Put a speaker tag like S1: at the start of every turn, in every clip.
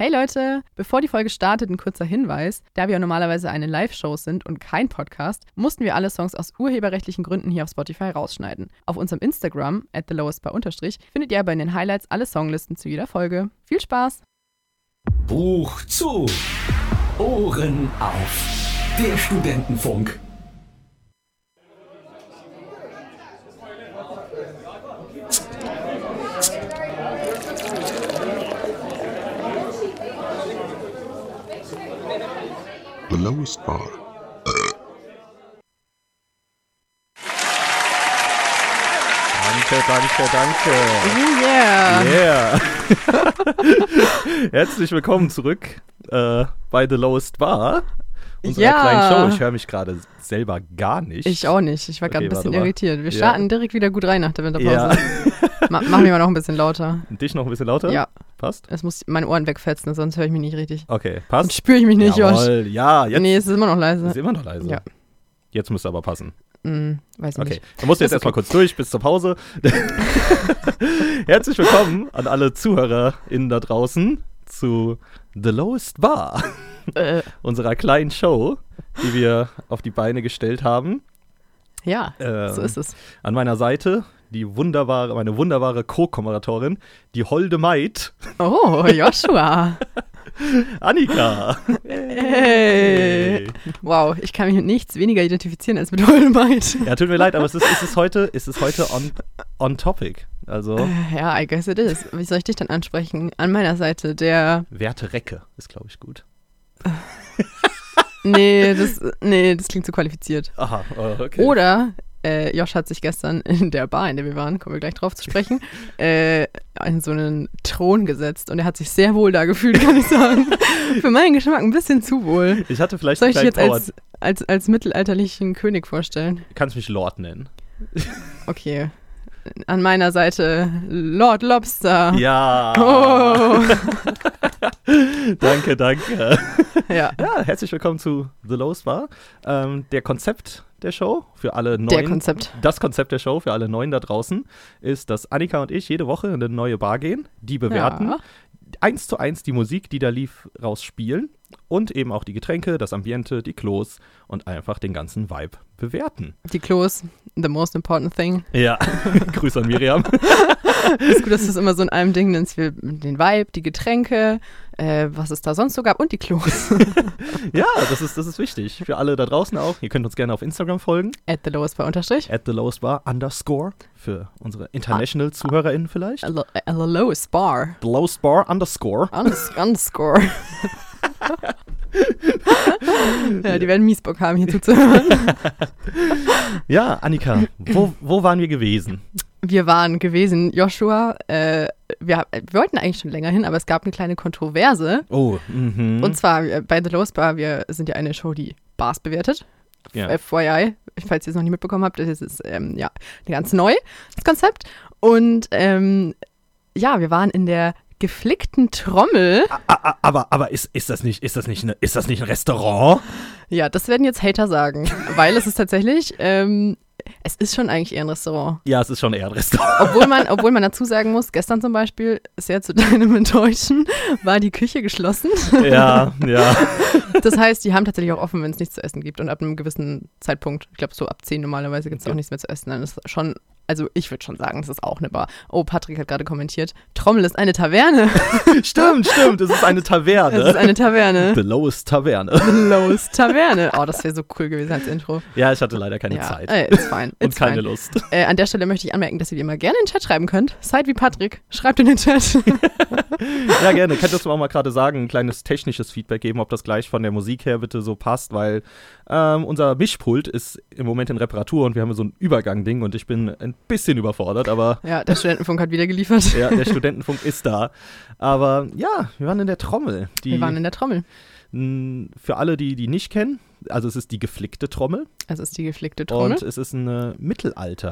S1: Hey Leute, bevor die Folge startet, ein kurzer Hinweis. Da wir ja normalerweise eine Live-Show sind und kein Podcast, mussten wir alle Songs aus urheberrechtlichen Gründen hier auf Spotify rausschneiden. Auf unserem Instagram, at findet ihr aber in den Highlights alle Songlisten zu jeder Folge. Viel Spaß!
S2: Buch zu. Ohren auf. Der Studentenfunk.
S3: The lowest bar.
S4: Danke, danke, danke.
S1: Oh yeah!
S4: Yeah. Herzlich willkommen zurück äh, bei The Lowest Bar. Unserer
S1: Ja.
S4: kleinen Show. Ich höre mich gerade selber gar nicht.
S1: Ich auch nicht. Ich war gerade
S4: Okay,
S1: ein bisschen
S4: warte mal.
S1: irritiert. Wir
S4: Ja.
S1: starten direkt wieder gut rein nach der
S4: Ja.
S1: Winterpause. Ma machen wir mal noch ein bisschen lauter.
S4: Und dich noch ein bisschen lauter?
S1: Ja,
S4: Passt?
S1: es muss meine Ohren wegfetzen, sonst höre ich mich nicht richtig.
S4: Okay,
S1: Und
S4: passt.
S1: spüre ich mich nicht, Josh.
S4: Jawohl. Ja, jetzt
S1: Nee, es ist immer noch leise.
S4: ist immer noch leise.
S1: Ja.
S4: Jetzt müsste aber passen.
S1: Hm, weiß ich
S4: Okay,
S1: nicht.
S4: du musst jetzt
S1: Ist
S4: erstmal kurz durch bis zur Pause. Herzlich willkommen an alle ZuhörerInnen da draußen zu The Lowest Bar.
S1: Äh,
S4: unserer kleinen Show, die wir auf die Beine gestellt haben.
S1: ja,
S4: Ähm,
S1: Äh, so ist es.
S4: An meiner Seite die wunderbare, meine wunderbare Co-Kommentatorin, die holde Maid,
S1: Oh, Joshua.
S4: Annika.
S1: hey. Wow, ich kann mich mit nichts weniger identifizieren als mit Holmite.
S4: Ja, tut mir leid, aber es ist, es ist heute, es ist heute on, on topic. Also,
S1: Ja, I guess it is. Wie soll ich dich dann ansprechen? An meiner Seite der.
S4: Werte Recke ist, glaube ich, gut.
S1: Nee, das, nee, das klingt zu qualifiziert.
S4: Aha, oh, okay.
S1: Oder äh, Josh hat sich gestern in der Bar, in der wir waren, kommen wir gleich drauf zu sprechen, äh, in so einen Thron gesetzt und er hat sich sehr wohl da gefühlt, kann ich sagen. Für meinen Geschmack ein bisschen zu wohl.
S4: Ich hatte vielleicht
S1: Soll
S4: einen
S1: ich dich
S4: kleinen
S1: jetzt
S4: Power.
S1: als, als, als mittelalterlichen König vorstellen?
S4: Kannst mich Lord nennen.
S1: Okay. An meiner Seite Lord Lobster.
S4: Ja.
S1: Ah. Oh.
S4: Danke, danke.
S1: ja.
S4: Ja, herzlich willkommen zu The Lowest Bar. Ähm, der Konzept der Show für alle neuen.
S1: Der Konzept.
S4: Das Konzept der Show für alle Neuen da draußen ist, dass Annika und ich jede Woche in eine neue Bar gehen, die bewerten,
S1: Ja.
S4: eins zu eins die Musik, die da lief, rausspielen und eben auch die Getränke, das Ambiente, die Klos und einfach den ganzen Vibe bewerten.
S1: Die Klos, the most important thing.
S4: Ja, Grüße an Miriam.
S1: Ist gut, dass du es immer so in einem Ding nennst. Wir, den Vibe, die Getränke, äh, was es da sonst so gab und die Klos.
S4: ja, das ist, das ist wichtig für alle da draußen auch. Ihr könnt uns gerne auf Instagram folgen,
S1: At the lowest by unterstrich.
S4: at the lowest bar underscore für unsere international ZuhörerInnen vielleicht.
S1: At the- at the lowest bar.
S4: Ah. The lowest bar underscore.
S1: Unders underscore. ja, die werden Miesbock haben, hier zuzuhören.
S4: Ja, Annika, wo, wo waren wir gewesen?
S1: Wir waren gewesen, Joshua, äh, wir, wir wollten eigentlich schon länger hin, aber es gab eine kleine Kontroverse.
S4: Oh, mhm.
S1: Und zwar äh, bei The Lowest Bar, wir sind ja eine Show, die Bars bewertet.
S4: ja.
S1: FYI, falls ihr es noch nicht mitbekommen habt, das ist ähm, ja ganz neu, das Konzept. Und ähm, ja, wir waren in der geflickten Trommel.
S4: A- Aber, aber ist, ist, das nicht, ist, das nicht eine, ist das nicht ein Restaurant?
S1: Ja, das werden jetzt Hater sagen, weil es ist tatsächlich, ähm, es ist schon eigentlich eher ein Restaurant.
S4: Ja, es ist schon eher ein Restaurant.
S1: Obwohl man, obwohl man dazu sagen muss, gestern zum Beispiel, sehr zu deinem Enttäuschen, war die Küche geschlossen.
S4: Ja, ja.
S1: Das heißt, die haben tatsächlich auch offen, wenn es nichts zu essen gibt. Und ab einem gewissen Zeitpunkt, ich glaube so ab 10 normalerweise, gibt es auch nichts mehr zu essen. Dann ist schon, also ich würde schon sagen, das ist auch eine Bar. Oh, Patrick hat gerade kommentiert, Trommel ist eine Taverne.
S4: Stimmt, stimmt. Es ist eine
S1: Es ist
S4: Taverne.
S1: eine Taverne.
S4: The Lowest Taverne.
S1: Lowest Taverne. Oh, das wäre so cool gewesen als Intro.
S4: Ja, ich hatte leider keine
S1: ja,
S4: Zeit.
S1: Ey, it's fine.
S4: und
S1: it's
S4: keine
S1: fine.
S4: Lust.
S1: Äh, an der Stelle möchte ich anmerken, dass ihr wie immer gerne in den Chat schreiben könnt. Seid wie Patrick, schreibt in den Chat.
S4: Ja, gerne. Könntest du auch mal gerade sagen, ein kleines technisches Feedback geben, ob das gleich von der Musik her bitte so passt, weil ähm, unser Mischpult ist im Moment in Reparatur und wir haben so ein Übergang-Ding und ich bin ein bisschen überfordert, aber
S1: ja, der Studentenfunk hat wieder geliefert.
S4: ja, der Studentenfunk ist da. Aber ja, wir waren in der Trommel. Die,
S1: Wir waren in der Trommel.
S4: Mh, Für alle, die die nicht kennen, also es ist die geflickte Trommel,
S1: Also ist die geflickte Trommel.
S4: und es ist eine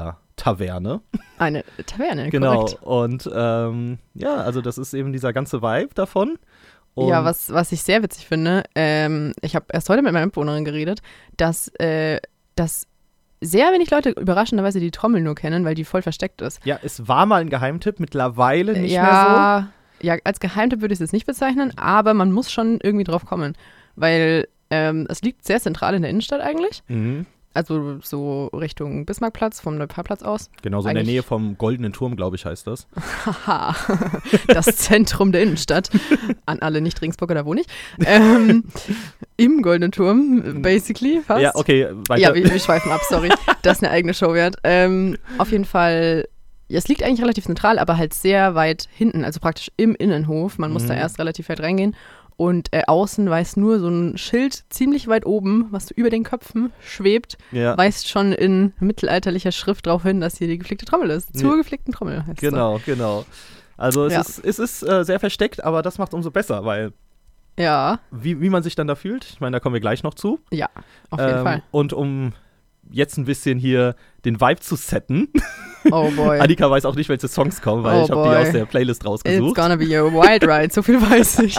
S4: Mittelalter-Taverne.
S1: Eine Taverne,
S4: Genau.
S1: korrekt.
S4: Und ähm, ja, also das ist eben dieser ganze Vibe davon. Und
S1: ja, was, was ich sehr witzig finde, ähm, ich habe erst heute mit meiner Mitbewohnerin geredet, dass, äh, dass sehr wenig Leute überraschenderweise die Trommel nur kennen, weil die voll versteckt ist.
S4: Ja, es war mal ein Geheimtipp, mittlerweile Äh, nicht
S1: ja, ja, als Geheimtipp würde ich es jetzt nicht bezeichnen, aber man muss schon irgendwie drauf kommen, weil ähm, es liegt sehr zentral in der Innenstadt eigentlich.
S4: Mhm.
S1: Also so Richtung Bismarckplatz, vom Neuparkplatz aus.
S4: Genau, so in der
S1: Eigentlich-
S4: Nähe vom Goldenen Turm, glaube ich, heißt das.
S1: Haha, das Zentrum der Innenstadt. An alle nicht Ringsburger, da wohne ich. Ähm, Im Goldenen Turm, basically, fast.
S4: Hm. Ja, okay, weiter.
S1: Ja, wir, wir schweifen ab, sorry. Das ist eine eigene Show wert. Ähm, auf jeden Fall, ja, es liegt eigentlich relativ zentral, aber halt sehr weit hinten, also praktisch im Innenhof. Man muss da
S4: Mhm.
S1: erst relativ weit reingehen. Und äh, außen weiß nur so ein Schild ziemlich weit oben, was so über den Köpfen schwebt,
S4: Ja.
S1: weist schon in mittelalterlicher Schrift darauf hin, dass hier die geflickte Trommel ist. Zur
S4: Ja.
S1: geflickten Trommel heißt es.
S4: Genau, genau. Also es
S1: Ja.
S4: ist, es ist äh, sehr versteckt, aber das macht umso besser, weil
S1: So. Ja,
S4: wie, wie man sich dann da fühlt, ich meine, da kommen wir gleich noch zu.
S1: ja, auf jeden
S4: Ähm,
S1: Fall.
S4: Und um jetzt ein bisschen hier den Vibe zu setten.
S1: Oh boy.
S4: Annika weiß auch nicht, welche Songs kommen, weil
S1: Oh
S4: ich habe
S1: boy.
S4: die aus der Playlist
S1: It's
S4: rausgesucht.
S1: gonna be a wild ride, so viel weiß ich.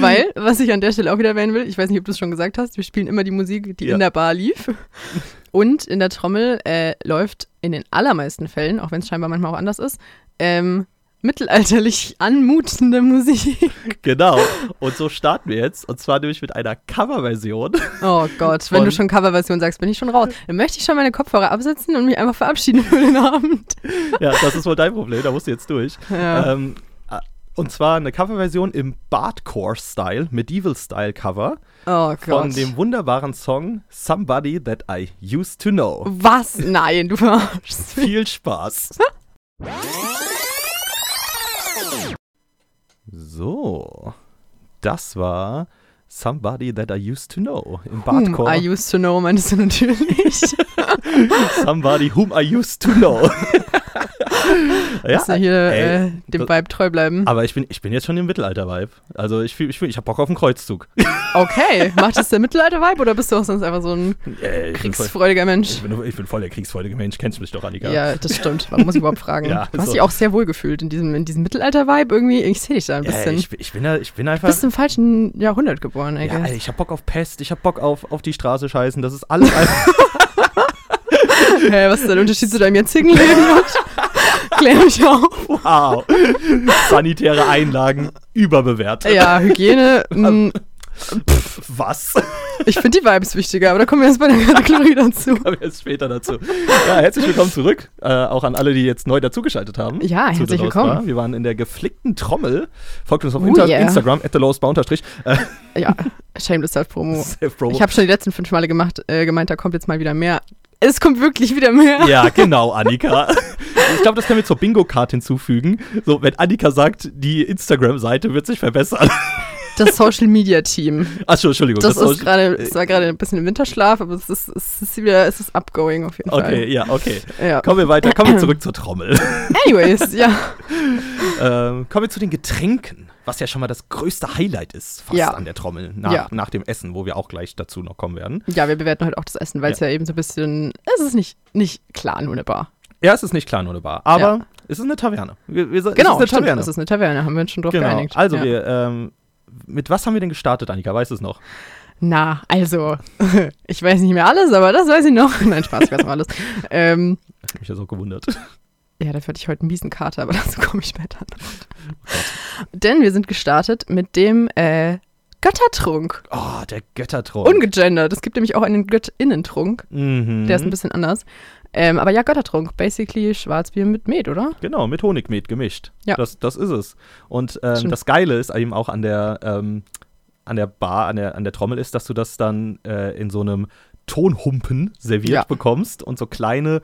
S1: Weil, was ich an der Stelle auch wieder erwähnen will, ich weiß nicht, ob du es schon gesagt hast, wir spielen immer die Musik, die
S4: Ja.
S1: in der Bar lief. Und in der Trommel äh, läuft in den allermeisten Fällen, auch wenn es scheinbar manchmal auch anders ist, ähm, mittelalterlich anmutende Musik.
S4: Genau. Und so starten wir jetzt. Und zwar nämlich mit einer Coverversion.
S1: Oh Gott, wenn du
S4: Von-
S1: schon Coverversion sagst, bin ich schon raus. Dann möchte ich schon meine Kopfhörer absetzen und mich einfach verabschieden für den Abend.
S4: ja, das ist wohl dein Problem, da musst du jetzt durch.
S1: Ja.
S4: Ähm, äh, und zwar eine Coverversion im Bardcore-Style, Medieval-Style-Cover
S1: Oh Gott.
S4: von dem wunderbaren Song Somebody That I Used to Know.
S1: was? Nein, du verarschst mich.
S4: Viel Spaß! So, das war Somebody That I Used to Know
S1: Whom
S4: im Bardcore.
S1: I used to know, meinst du natürlich.
S4: Somebody Whom I Used to Know. ja,
S1: Dass wir hier
S4: ey,
S1: äh, dem
S4: das-
S1: Vibe treu bleiben.
S4: aber ich bin, ich bin jetzt schon im Mittelalter-Vibe. Also ich, fühl- ich, fühl- ich habe Bock auf einen Kreuzzug.
S1: Okay, macht das der Mittelalter-Vibe oder bist du auch sonst einfach so ein
S4: Äh, ich, bin voll,
S1: kriegsfreudiger Mensch?
S4: ich, bin, ich bin voll der kriegsfreudige Mensch, kennst mich doch, Annika.
S1: Ja. das stimmt. Warum muss ich überhaupt fragen?
S4: Ja, also
S1: du hast
S4: so.
S1: dich auch sehr wohl gefühlt in diesem, in diesem Mittelalter-Vibe irgendwie. Ich sehe dich da ein
S4: Äh,
S1: bisschen.
S4: ich, bin- ich, bin, da- ich bin
S1: du
S4: einfach.
S1: bist im falschen Jahrhundert geboren, I
S4: ja,
S1: guess.
S4: ey, ich hab Bock auf Pest, ich hab Bock auf, auf die Straße scheißen, das ist alles einfach.
S1: Hä, was ist der Unterschied zu deinem jetzigen Leben? Klär mich auf.
S4: wow. Sanitäre Einlagen überbewertet.
S1: Ja, Hygiene. mh,
S4: Was?
S1: ich finde die Vibes wichtiger, aber da kommen wir jetzt bei der Kategorie dazu.
S4: Kommen wir jetzt später dazu. Ja, herzlich willkommen zurück. Äh, auch an alle, die jetzt neu dazugeschaltet haben.
S1: Ja,
S4: Zu
S1: herzlich
S4: The Lost
S1: willkommen.
S4: Bar. Wir waren in der geflickten Trommel. Folgt uns auf
S1: Oh
S4: Inter
S1: yeah.
S4: Instagram, at the lowest bar unterstrich. Äh,
S1: Ja, shameless Self-Promo.
S4: Self-Promo.
S1: Ich habe schon die letzten fünf Male gemacht, äh, gemeint, da kommt jetzt mal wieder mehr. Es kommt wirklich wieder mehr.
S4: Ja, genau, Annika. Ich glaube, das können wir zur Bingo-Card hinzufügen. So, wenn Annika sagt, die Instagram-Seite wird sich verbessern.
S1: Das Social Media Team.
S4: Achso, Entschuldigung.
S1: Das, ist
S4: soll-
S1: gerade, es war gerade ein bisschen im Winterschlaf, aber es ist, es ist wieder, es ist upgoing auf jeden
S4: Okay, ja, okay.
S1: Fall. Ja.
S4: Kommen wir weiter, kommen wir zurück zur Trommel.
S1: Anyways, ja.
S4: ähm, kommen wir zu den Getränken, was ja schon mal das größte Highlight ist, fast
S1: Ja.
S4: an der Trommel, nach,
S1: Ja.
S4: nach dem Essen, wo wir auch gleich dazu noch kommen werden.
S1: Ja, wir bewerten heute auch das Essen, weil es ja. eben so ein bisschen, es ist nicht, nicht klar nur eine Bar.
S4: Ja, es ist nicht klar, nur eine Bar, aber
S1: Ja.
S4: es ist eine Taverne. Wir, wir,
S1: Genau,
S4: es ist eine
S1: stimmt,
S4: Taverne.
S1: es ist eine Taverne, haben wir uns schon drauf
S4: genau.
S1: geeinigt.
S4: Also,
S1: ja.
S4: wir, ähm, mit was haben wir denn gestartet, Annika? Weißt du es noch?
S1: Na, also, ich weiß nicht mehr alles, aber das weiß ich noch. Nein, Spaß, ich weiß noch alles. Ähm,
S4: Ich hab mich ja so gewundert.
S1: ja, dafür hatte ich heute einen miesen Kater, aber dazu komme ich später noch. Denn wir sind gestartet mit dem äh, Göttertrunk.
S4: Oh, der Götterthron.
S1: Ungegendert. Es gibt nämlich auch einen Göttinnentrunk.
S4: Mhm.
S1: Der ist ein bisschen anders. Ähm, aber ja, Göttertrunk. Basically Schwarzbier mit Met, oder?
S4: Genau, mit Honigmet gemischt.
S1: Ja.
S4: Das, das ist es. Und ähm,
S1: Stimmt.
S4: das Geile ist eben auch an der, ähm, an der Bar, an der, an der Trommel ist, dass du das dann äh, in so einem Tonhumpen serviert
S1: Ja.
S4: bekommst und so kleine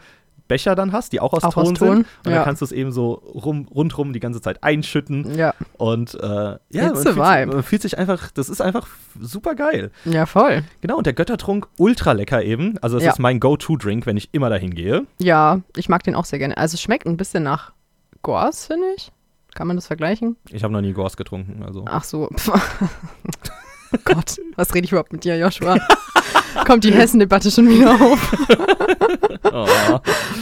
S4: Becher dann hast, die auch aus
S1: Auch
S4: Ton
S1: aus Ton,
S4: sind. Und
S1: ja.
S4: dann kannst du es eben so rum, rundrum die ganze Zeit einschütten.
S1: Ja.
S4: Und äh, ja, man
S1: It's a
S4: fühlt, sich-
S1: vibe.
S4: man fühlt sich einfach, das ist einfach super geil.
S1: Ja, voll.
S4: Genau, und der Göttertrunk ultra lecker eben. Also es
S1: Ja.
S4: ist mein Go-To-Drink, wenn ich immer dahin gehe.
S1: Ja, ich mag den auch sehr gerne. Also es schmeckt ein bisschen nach Goas, finde ich. Kann man das vergleichen?
S4: Ich habe noch nie Gors getrunken. Also.
S1: Ach so. Pff. Oh Gott, was rede ich überhaupt mit dir, Joshua? Kommt die Hessen-Debatte schon wieder auf.
S4: Oh.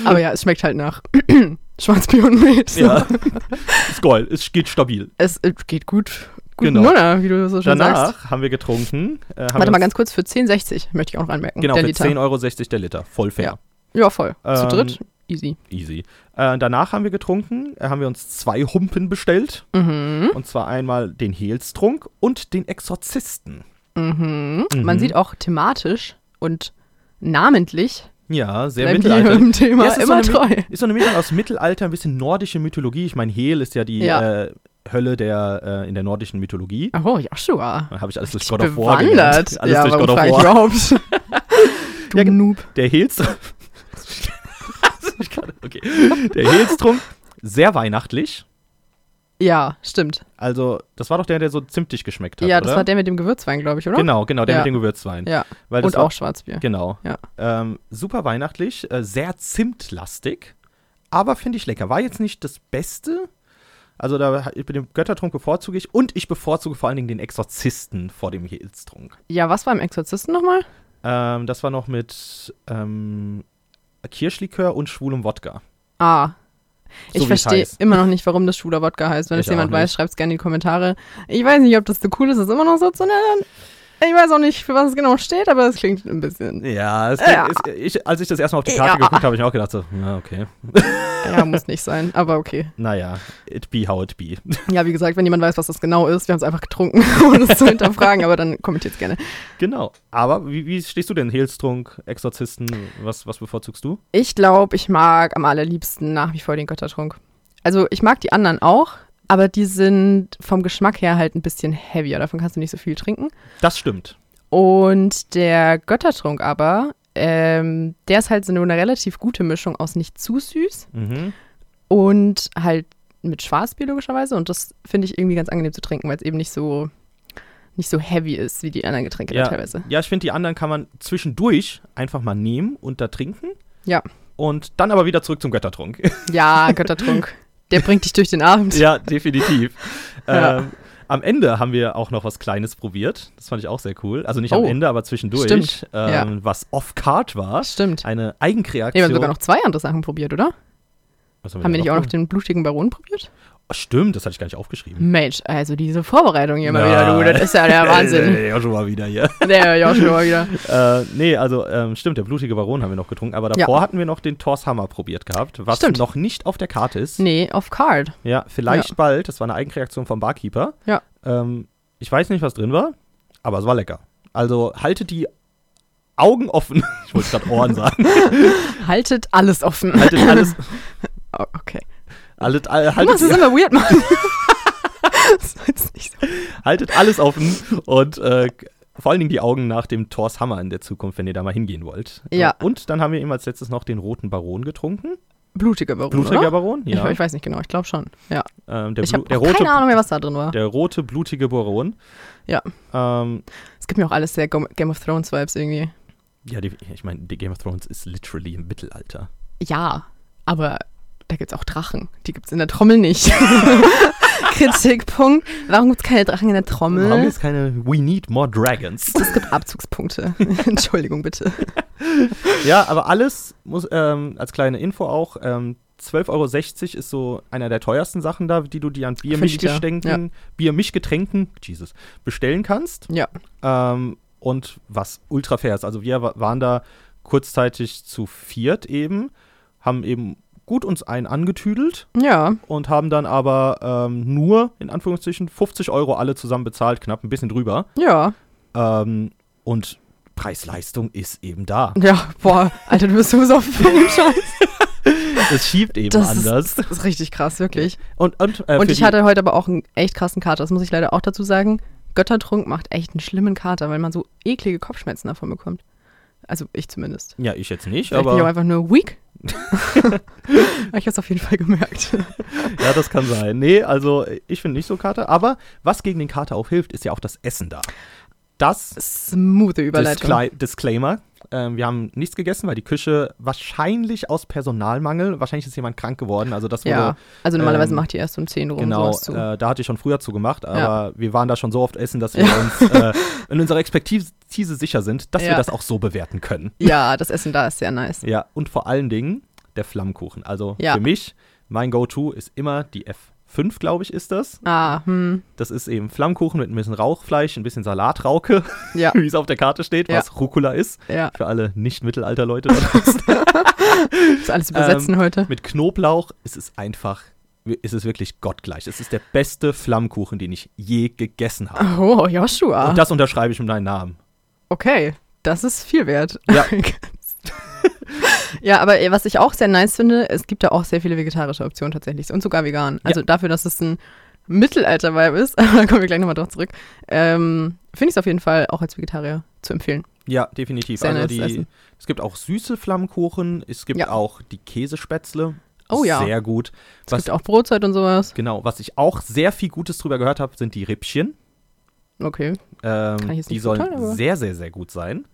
S1: Aber ja, es schmeckt halt nach Schwarzbier und Met. So.
S4: Ja. ist geil, es geht stabil.
S1: Es äh, geht gut. Gut
S4: Genau.
S1: Nunner, wie du so schon sagst.
S4: Danach haben wir getrunken. Äh, haben
S1: Warte
S4: wir
S1: mal
S4: uns-
S1: ganz kurz, für 10,60 möchte ich auch noch anmerken.
S4: Genau,
S1: der
S4: für
S1: Liter.
S4: 10,60 Euro der Liter, voll fair.
S1: Ja, voll.
S4: Ähm,
S1: Zu dritt Easy.
S4: Easy. Äh, danach haben wir getrunken, äh, haben wir uns zwei Humpen bestellt.
S1: Mhm.
S4: Und zwar einmal den Heelstrunk und den Exorzisten.
S1: Mhm. Man sieht auch thematisch und namentlich
S4: Ja, sehr
S1: bleibt hier
S4: mittelalterlich.
S1: im Thema
S4: Ja, es ist
S1: immer
S4: so eine,
S1: treu.
S4: Mi- Ist so eine Mischung aus Mittelalter, ein bisschen nordische Mythologie. Ich meine, Hel ist ja die
S1: Ja.
S4: Äh, Hölle der, äh, in der nordischen Mythologie.
S1: Oh, Joshua.
S4: Habe ich alles durch
S1: Ich
S4: God of War gelernt. Alles
S1: ja,
S4: durch
S1: warum
S4: God of
S1: frage ich
S4: War.
S1: überhaupt? du
S4: Ja, ge-
S1: Noob.
S4: Der Heelstrunk. okay. Der Heelstrunk, sehr weihnachtlich.
S1: Ja, stimmt.
S4: Also, das war doch der, der so zimtig geschmeckt hat.
S1: ja,
S4: oder?
S1: das war der mit dem Gewürzwein, glaube ich, oder?
S4: Genau, genau, der
S1: Ja.
S4: mit dem Gewürzwein.
S1: Ja.
S4: Weil das
S1: Und
S4: war,
S1: auch Schwarzbier.
S4: Genau.
S1: Ja.
S4: Ähm, super weihnachtlich, äh, sehr zimtlastig, aber finde ich lecker. War jetzt nicht das Beste. Also da ha- mit dem Göttertrunk bevorzuge ich und ich bevorzuge vor allen Dingen den Exorzisten vor dem Heelstrunk.
S1: Ja, was war im Exorzisten nochmal?
S4: Ähm, das war noch mit ähm, Kirschlikör und schwulem Wodka.
S1: Ah.
S4: So
S1: Ich
S4: wie's
S1: verstehe
S4: heißt.
S1: immer noch nicht, warum das Schuler Wodka heißt. Wenn
S4: Ich
S1: es jemand
S4: auch nicht.
S1: weiß, schreibt es gerne in die Kommentare. Ich weiß nicht, ob das so cool ist, das immer noch so zu nennen. Ich weiß auch nicht, für was es genau steht, aber es klingt ein bisschen.
S4: Ja, es,
S1: Ja.
S4: es- ich, als ich das erstmal auf die Karte
S1: Ja.
S4: geguckt habe, habe ich mir auch gedacht so, na okay,
S1: Ja, muss nicht sein, aber okay.
S4: naja, it be how it be.
S1: Ja, wie gesagt, wenn jemand weiß, was das genau ist, wir haben es einfach getrunken, ohne es zu hinterfragen, aber dann kommentiert gerne.
S4: genau. Aber wie, wie stehst du denn? Heelstrunk, Exorzisten, was, was bevorzugst du?
S1: Ich glaube, ich mag am allerliebsten nach wie vor den Göttertrunk. Also ich mag die anderen auch, aber die sind vom Geschmack her halt ein bisschen heavier. Davon kannst du nicht so viel trinken.
S4: Das stimmt.
S1: Und der Göttertrunk aber, ähm, der ist halt so eine relativ gute Mischung aus nicht zu süß
S4: Mhm.
S1: und halt mit Schwarzbier logischerweise. Und das finde ich irgendwie ganz angenehm zu trinken, weil es eben nicht so nicht so heavy ist wie die anderen Getränke da
S4: Ja,
S1: teilweise.
S4: ja ich finde, die anderen kann man zwischendurch einfach mal nehmen und da trinken.
S1: Ja.
S4: Und dann aber wieder zurück zum Göttertrunk.
S1: Ja, Göttertrunk. der bringt dich durch den Abend.
S4: ja, definitiv.
S1: Ja.
S4: Ähm, am Ende haben wir auch noch was Kleines probiert. Das fand ich auch sehr cool. Also nicht am
S1: Oh.
S4: Ende, aber zwischendurch.
S1: Stimmt,
S4: Ähm,
S1: ja.
S4: Was off-card war.
S1: Stimmt.
S4: Eine
S1: Nee, wir
S4: Eigenkreation.
S1: haben sogar noch zwei andere Sachen probiert, oder?
S4: was
S1: Haben wir
S4: denn
S1: nicht auch noch
S4: probiert?
S1: den blutigen Baron probiert?
S4: Oh, stimmt, das hatte ich gar nicht aufgeschrieben.
S1: Mensch, also diese Vorbereitung hier mal
S4: Ja.
S1: wieder, du, das ist ja der Wahnsinn.
S4: ja, schon mal wieder hier.
S1: der Joshua wieder.
S4: Äh, nee, also ähm, stimmt, der blutige Baron haben wir noch getrunken, aber davor hatten wir noch den Thors Hammer probiert gehabt, was
S1: Stimmt.
S4: noch nicht auf der Karte ist.
S1: Nee, off card.
S4: Ja, vielleicht bald. Das war eine Eigenreaktion vom Barkeeper.
S1: Ja.
S4: Ähm, ich weiß nicht, was drin war, aber es war lecker. Also haltet die Augen offen. Ich wollte gerade Ohren sagen.
S1: Haltet alles offen.
S4: haltet alles.
S1: Oh, okay.
S4: Haltet, all-
S1: Du
S4: haltet,
S1: machst es immer weird, Mann. das war jetzt nicht so.
S4: haltet alles offen und äh, vor allen Dingen die Augen nach dem Thors Hammer in der Zukunft, wenn ihr da mal hingehen wollt. Äh,
S1: Ja.
S4: Und dann haben wir eben als letztes noch den Roten Baron getrunken.
S1: Blutiger Baron,
S4: Blutiger
S1: oder?
S4: Baron? Ja.
S1: Ich, ich weiß nicht genau, ich glaube schon. Ja.
S4: ähm, der,
S1: ich
S4: Blu-
S1: habe
S4: der, rote,
S1: keine Ahnung mehr, was da drin war.
S4: der rote, blutige Baron.
S1: Ja.
S4: Ähm,
S1: Es gibt mir auch alles sehr Go- Game of Thrones Vibes irgendwie.
S4: ja, die, ich meine, die Game of Thrones ist literally im Mittelalter.
S1: Ja, aber da gibt's auch Drachen. Die gibt's in der Trommel nicht. Kritikpunkt. Warum gibt's keine Drachen in der Trommel?
S4: Warum jetzt keine We Need More Dragons?
S1: Es gibt Abzugspunkte. Entschuldigung bitte.
S4: ja, aber alles muss, ähm, als kleine Info auch, ähm, 12,60 Euro ist so einer der teuersten Sachen da, die du dir an
S1: Für Liter,
S4: Biermischgetränken, Biermischgetränken, Jesus, bestellen kannst.
S1: Ja.
S4: Ähm, und was ultra fair ist. Also wir wa- waren da kurzzeitig zu viert eben, haben eben gut uns einen angetüdelt
S1: Ja,
S4: und haben dann aber ähm, nur, in Anführungszeichen, 50 Euro alle zusammen bezahlt, knapp ein bisschen drüber.
S1: ja.
S4: Ähm, und Preis-Leistung ist eben da.
S1: Ja, boah, Alter, du bist so besoffen von dem Scheiß.
S4: Es schiebt eben
S1: Das ist,
S4: anders.
S1: das ist richtig krass, wirklich.
S4: und und, äh,
S1: Und
S4: für
S1: ich
S4: die-
S1: hatte heute aber auch einen echt krassen Kater, das muss ich leider auch dazu sagen. Göttertrunk macht echt einen schlimmen Kater, weil man so eklige Kopfschmerzen davon bekommt. Also ich zumindest.
S4: Ja, ich jetzt nicht,
S1: Vielleicht bin ich auch
S4: aber
S1: einfach nur weak. aber ich habe es auf jeden Fall gemerkt.
S4: ja, das kann sein. Nee, also ich finde nicht so Kater. Aber was gegen den Kater auch hilft, ist ja auch das Essen da. Das
S1: Smooth Überleitung.
S4: Disclai- Disclaimer. Ähm, wir haben nichts gegessen, weil die Küche wahrscheinlich aus Personalmangel, wahrscheinlich ist jemand krank geworden. Also das wurde
S1: Ja, also normalerweise
S4: ähm,
S1: macht ihr erst um 10 rum
S4: Genau,
S1: sowas zu.
S4: äh, da hatte ich schon früher zugemacht, aber
S1: Ja.
S4: wir waren da schon so oft essen, dass wir
S1: Ja.
S4: uns äh, in unserer Expertise sicher sind, dass wir
S1: Ja.
S4: das auch so bewerten können.
S1: ja, das Essen da ist sehr nice.
S4: Ja, und vor allen Dingen der Flammkuchen. Also
S1: Ja.
S4: für mich, mein Go-To ist immer die F5, glaube ich, ist das.
S1: Ah, hm,
S4: Das ist eben Flammkuchen mit ein bisschen Rauchfleisch, ein bisschen Salatrauke,
S1: ja,
S4: wie es auf der Karte steht,
S1: Ja.
S4: was Rucola ist.
S1: ja.
S4: Für alle Nicht-Mittelalter-Leute. da draußen.
S1: Ist alles
S4: Ähm,
S1: übersetzen heute.
S4: Mit Knoblauch ist es einfach, ist es wirklich gottgleich. Es ist der beste Flammkuchen, den ich je gegessen habe.
S1: Oh, Joshua.
S4: Und das unterschreibe ich mit meinem Namen.
S1: Okay, das ist viel wert.
S4: Ja.
S1: ja, aber äh, was ich auch sehr nice finde, es gibt da auch sehr viele vegetarische Optionen tatsächlich und sogar vegan. Also dafür, dass es ein Mittelalter-Vibe ist, da kommen wir gleich nochmal drauf zurück, ähm, finde ich es auf jeden Fall auch als Vegetarier zu empfehlen.
S4: Ja, definitiv.
S1: Sehr
S4: Also
S1: nice
S4: die,
S1: Essen.
S4: es gibt auch süße Flammkuchen, es gibt
S1: Ja.
S4: auch die Käsespätzle.
S1: Oh ja.
S4: Sehr gut.
S1: Es
S4: Was,
S1: gibt auch Brotzeit und sowas.
S4: genau, was ich auch sehr viel Gutes drüber gehört habe, sind die Rippchen.
S1: Okay. ich
S4: Ähm,
S1: jetzt
S4: die
S1: nicht
S4: sollen
S1: beurteilen, aber-
S4: sehr, sehr, sehr gut sein.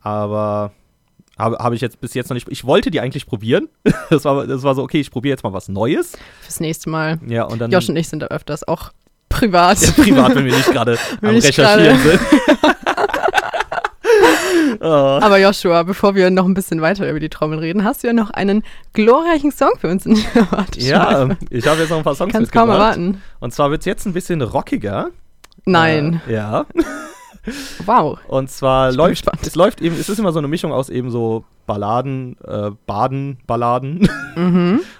S4: Aber habe habe ich jetzt bis jetzt noch nicht. Ich wollte die eigentlich probieren. Das war, das war so, okay, ich probiere jetzt mal was Neues.
S1: Fürs nächste Mal.
S4: Ja, und dann
S1: Josh und ich sind da öfters auch privat.
S4: Ja, privat, wenn wir nicht gerade
S1: Wenn
S4: am
S1: wir nicht
S4: Recherchieren sind. oh.
S1: Aber Joshua, bevor wir noch ein bisschen weiter über die Trommeln reden, hast du ja noch einen glorreichen Song für uns in der Warteschleife.
S4: Ja, ähm, ich habe jetzt noch ein paar Songs
S1: Kannst kaum
S4: mitgebracht.
S1: erwarten.
S4: Und zwar wird es jetzt ein bisschen rockiger.
S1: Nein.
S4: Äh, ja.
S1: Wow.
S4: Und zwar
S1: bin
S4: läuft
S1: gespannt.
S4: es läuft eben, es ist immer so eine Mischung aus eben so Balladen, äh, Baden, Balladen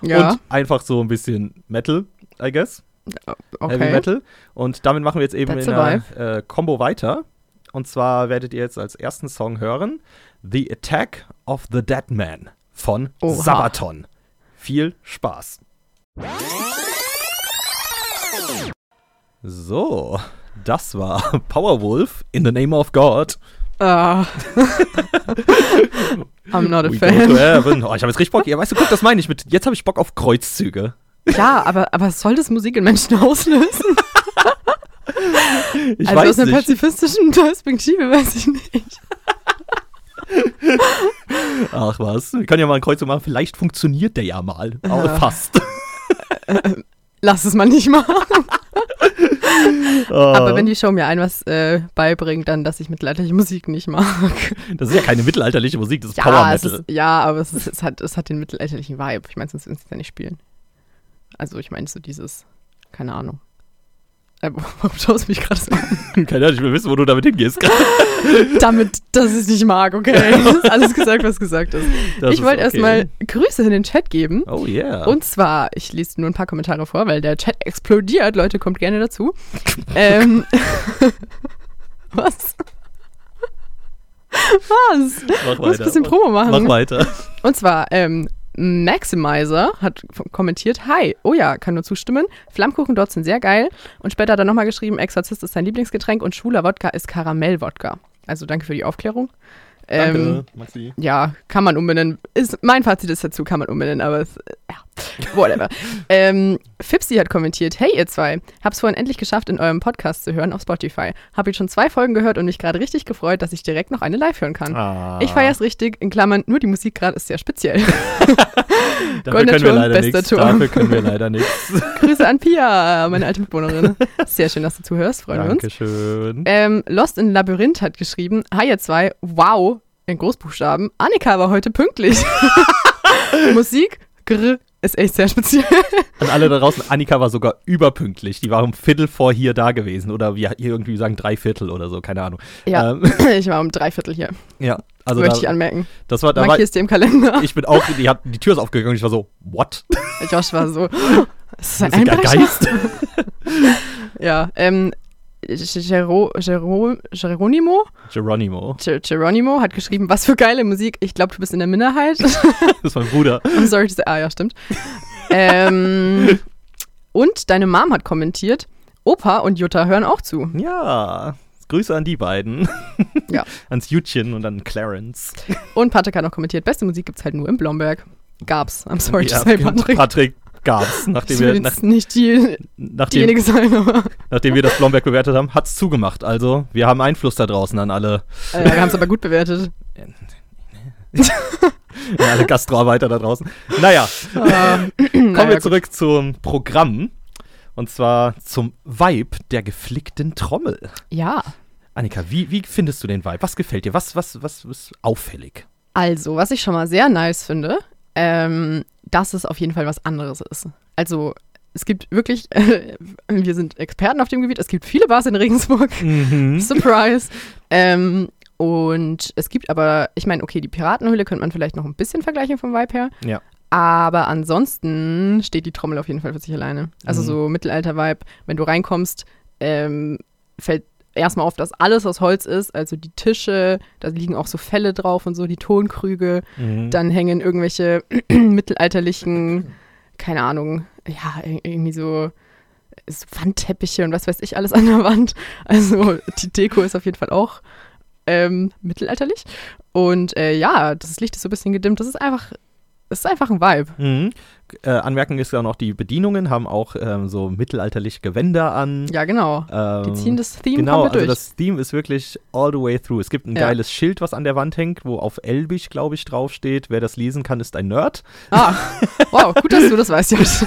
S1: Ja,
S4: und einfach so ein bisschen Metal, I guess.
S1: äh, okay.
S4: Heavy Metal. Und damit machen wir jetzt eben
S1: That's
S4: in
S1: a
S4: einer äh, Combo weiter. Und zwar werdet ihr jetzt als ersten Song hören: The Attack of the Dead Man von
S1: Oha.
S4: Sabaton. Viel Spaß. So, das war Powerwolf in the Name of God.
S1: Ah. I'm not a
S4: We go to
S1: fan.
S4: heaven. Oh, ich habe jetzt richtig Bock. Ja, weißt du, guck, das meine ich mit. Jetzt habe ich Bock auf Kreuzzüge.
S1: Ja, aber, aber soll das Musik in Menschen auslösen?
S4: Ich
S1: also aus
S4: weiß
S1: einer
S4: nicht.
S1: pazifistischen Perspektive weiß ich nicht.
S4: Ach was, wir können ja mal einen Kreuzzug machen. Vielleicht funktioniert der ja mal. Aber fast.
S1: Lass es mal nicht machen.
S4: Äh. Ah,
S1: Aber wenn die Show mir ein was äh, beibringt, dann, dass ich mittelalterliche Musik nicht mag.
S4: Das ist ja keine mittelalterliche Musik, das ist Power
S1: Ja, es
S4: Metal.
S1: ist, ja aber es, ist, es, hat, es hat den mittelalterlichen Vibe. Ich meine, sonst würden sie es ja nicht spielen. Also ich meine so dieses, keine Ahnung. Äh, warum schaust du mich gerade so an?
S4: Keine Ahnung, ich will wissen, wo du damit hingehst.
S1: Damit, dass ich es nicht mag, okay? Ist Alles gesagt, was gesagt ist.
S4: Das
S1: ich
S4: ist
S1: wollte
S4: okay.
S1: erstmal Grüße in den Chat geben.
S4: Oh yeah.
S1: Und zwar, ich lese nur ein paar Kommentare vor, weil der Chat explodiert. Leute, kommt gerne dazu. ähm, was? Was?
S4: mach
S1: Du musst ein bisschen Promo machen.
S4: Mach weiter.
S1: Und zwar, ähm, Maximizer hat f- kommentiert, hi, oh ja, kann nur zustimmen, Flammkuchen dort sind sehr geil. Und später hat er nochmal geschrieben, Exorzist ist sein Lieblingsgetränk und schwuler Wodka ist Karamellwodka. Also danke für die Aufklärung. Ähm,
S3: Maxi.
S1: ja, kann man umbenennen. Ist, mein Fazit ist dazu, kann man umbenennen, aber es, ja, whatever. ähm, Fipsi hat kommentiert, hey ihr zwei, hab's vorhin endlich geschafft, in eurem Podcast zu hören auf Spotify. Hab jetzt schon zwei Folgen gehört und mich gerade richtig gefreut, dass ich direkt noch eine live hören kann.
S4: Ah,
S1: Ich feier's richtig, in Klammern, nur die Musik gerade ist sehr speziell. Goldener
S4: dafür können wir
S1: Turm,
S4: leider
S1: bester
S4: nichts.
S1: Turm.
S4: Dafür können wir leider nichts.
S1: Grüße an Pia, meine alte Mitbewohnerin. Sehr schön, dass du zuhörst, freuen wir uns.
S4: Dankeschön.
S1: Ähm, Lost in Labyrinth hat geschrieben, Hi ihr zwei, wow, in Großbuchstaben, Annika war heute pünktlich. Musik, grr, ist echt sehr speziell.
S4: An alle da draußen, Annika war sogar überpünktlich. Die war um Viertel vor hier da gewesen. Oder wir hier irgendwie sagen drei Viertel oder so, keine Ahnung.
S1: Ja,
S4: Ähm,
S1: ich war um dreiviertel hier,
S4: ja. Also
S1: möchte ich
S4: da,
S1: anmerken.
S4: das war, da war
S1: Markier ist dir im Kalender.
S4: ich bin auch, die, hat, die Tür ist aufgegangen. Ich war so, what?
S1: Josh war so, es ist ein
S4: Ist der
S1: Einbrecher.
S4: Geist?
S1: Ja, ähm, Gero, Gero, Geronimo,
S4: Geronimo.
S1: Ger Geronimo hat geschrieben, was für geile Musik, ich glaube, du bist in der Minderheit.
S4: Das ist mein Bruder.
S1: I'm sorry to say. Ah, ja, stimmt. ähm, und deine Mom hat kommentiert, Opa und Jutta hören auch zu.
S4: Ja, Grüße an die beiden.
S1: Ja.
S4: Ans Jutchen und an Clarence.
S1: Und Patrick hat noch kommentiert, beste Musik gibt's halt nur in Blomberg. Gab's. I'm sorry to say, Patrick.
S4: Patrick gab's.
S1: Ich
S4: Nachdem
S1: will
S4: wir, nach,
S1: jetzt nicht die,
S4: nachdem,
S1: diejenige sein, aber
S4: nachdem wir das Blomberg bewertet haben, hat's zugemacht. Also, wir haben Einfluss da draußen an alle,
S1: äh, wir haben es aber gut bewertet.
S4: an alle Gastroarbeiter da draußen. Naja,
S1: Kommen
S4: kommen wir zurück zum Programm. Und zwar zum Vibe der geflickten Trommel.
S1: Ja.
S4: Annika, wie, wie findest du den Vibe? Was gefällt dir? Was, was, was ist auffällig?
S1: Also, was ich schon mal sehr nice finde, ähm, dass es auf jeden Fall was anderes ist. Also, es gibt wirklich,
S4: Mhm.
S1: Mhm. wir sind Experten auf dem Gebiet, es gibt viele Bars in Regensburg. Surprise. ähm, Und es gibt aber, ich meine, okay, die Piratenhöhle könnte man vielleicht noch ein bisschen vergleichen vom Vibe her.
S4: Ja.
S1: Aber ansonsten steht die Trommel auf jeden Fall für sich alleine. Also
S4: Mhm.
S1: so Mittelalter-Vibe, wenn du reinkommst, ähm, fällt erstmal auf, dass alles aus Holz ist. Also die Tische, da liegen auch so Felle drauf und so, die Tonkrüge.
S4: Mhm.
S1: Dann hängen irgendwelche mittelalterlichen, keine Ahnung, ja, ir- irgendwie so, so Wandteppiche und was weiß ich alles an der Wand. Also die Deko ist auf jeden Fall auch ähm, mittelalterlich. Und äh, ja, das Licht ist so ein bisschen gedimmt. Das ist einfach, das ist einfach ein Vibe.
S4: Mhm. Äh, anmerken ist ja noch, die Bedienungen haben auch ähm, so mittelalterliche Gewänder an.
S1: Ja, genau.
S4: Ähm,
S1: Die ziehen das Theme
S4: Genau,
S1: komplett
S4: also
S1: durch.
S4: das Theme ist wirklich all the way through. Es gibt ein
S1: Ja.
S4: geiles Schild, was an der Wand hängt, wo auf Elbisch, glaube ich, draufsteht. Wer das lesen kann, ist ein Nerd.
S1: ah, wow, gut, dass du das weißt, Jens.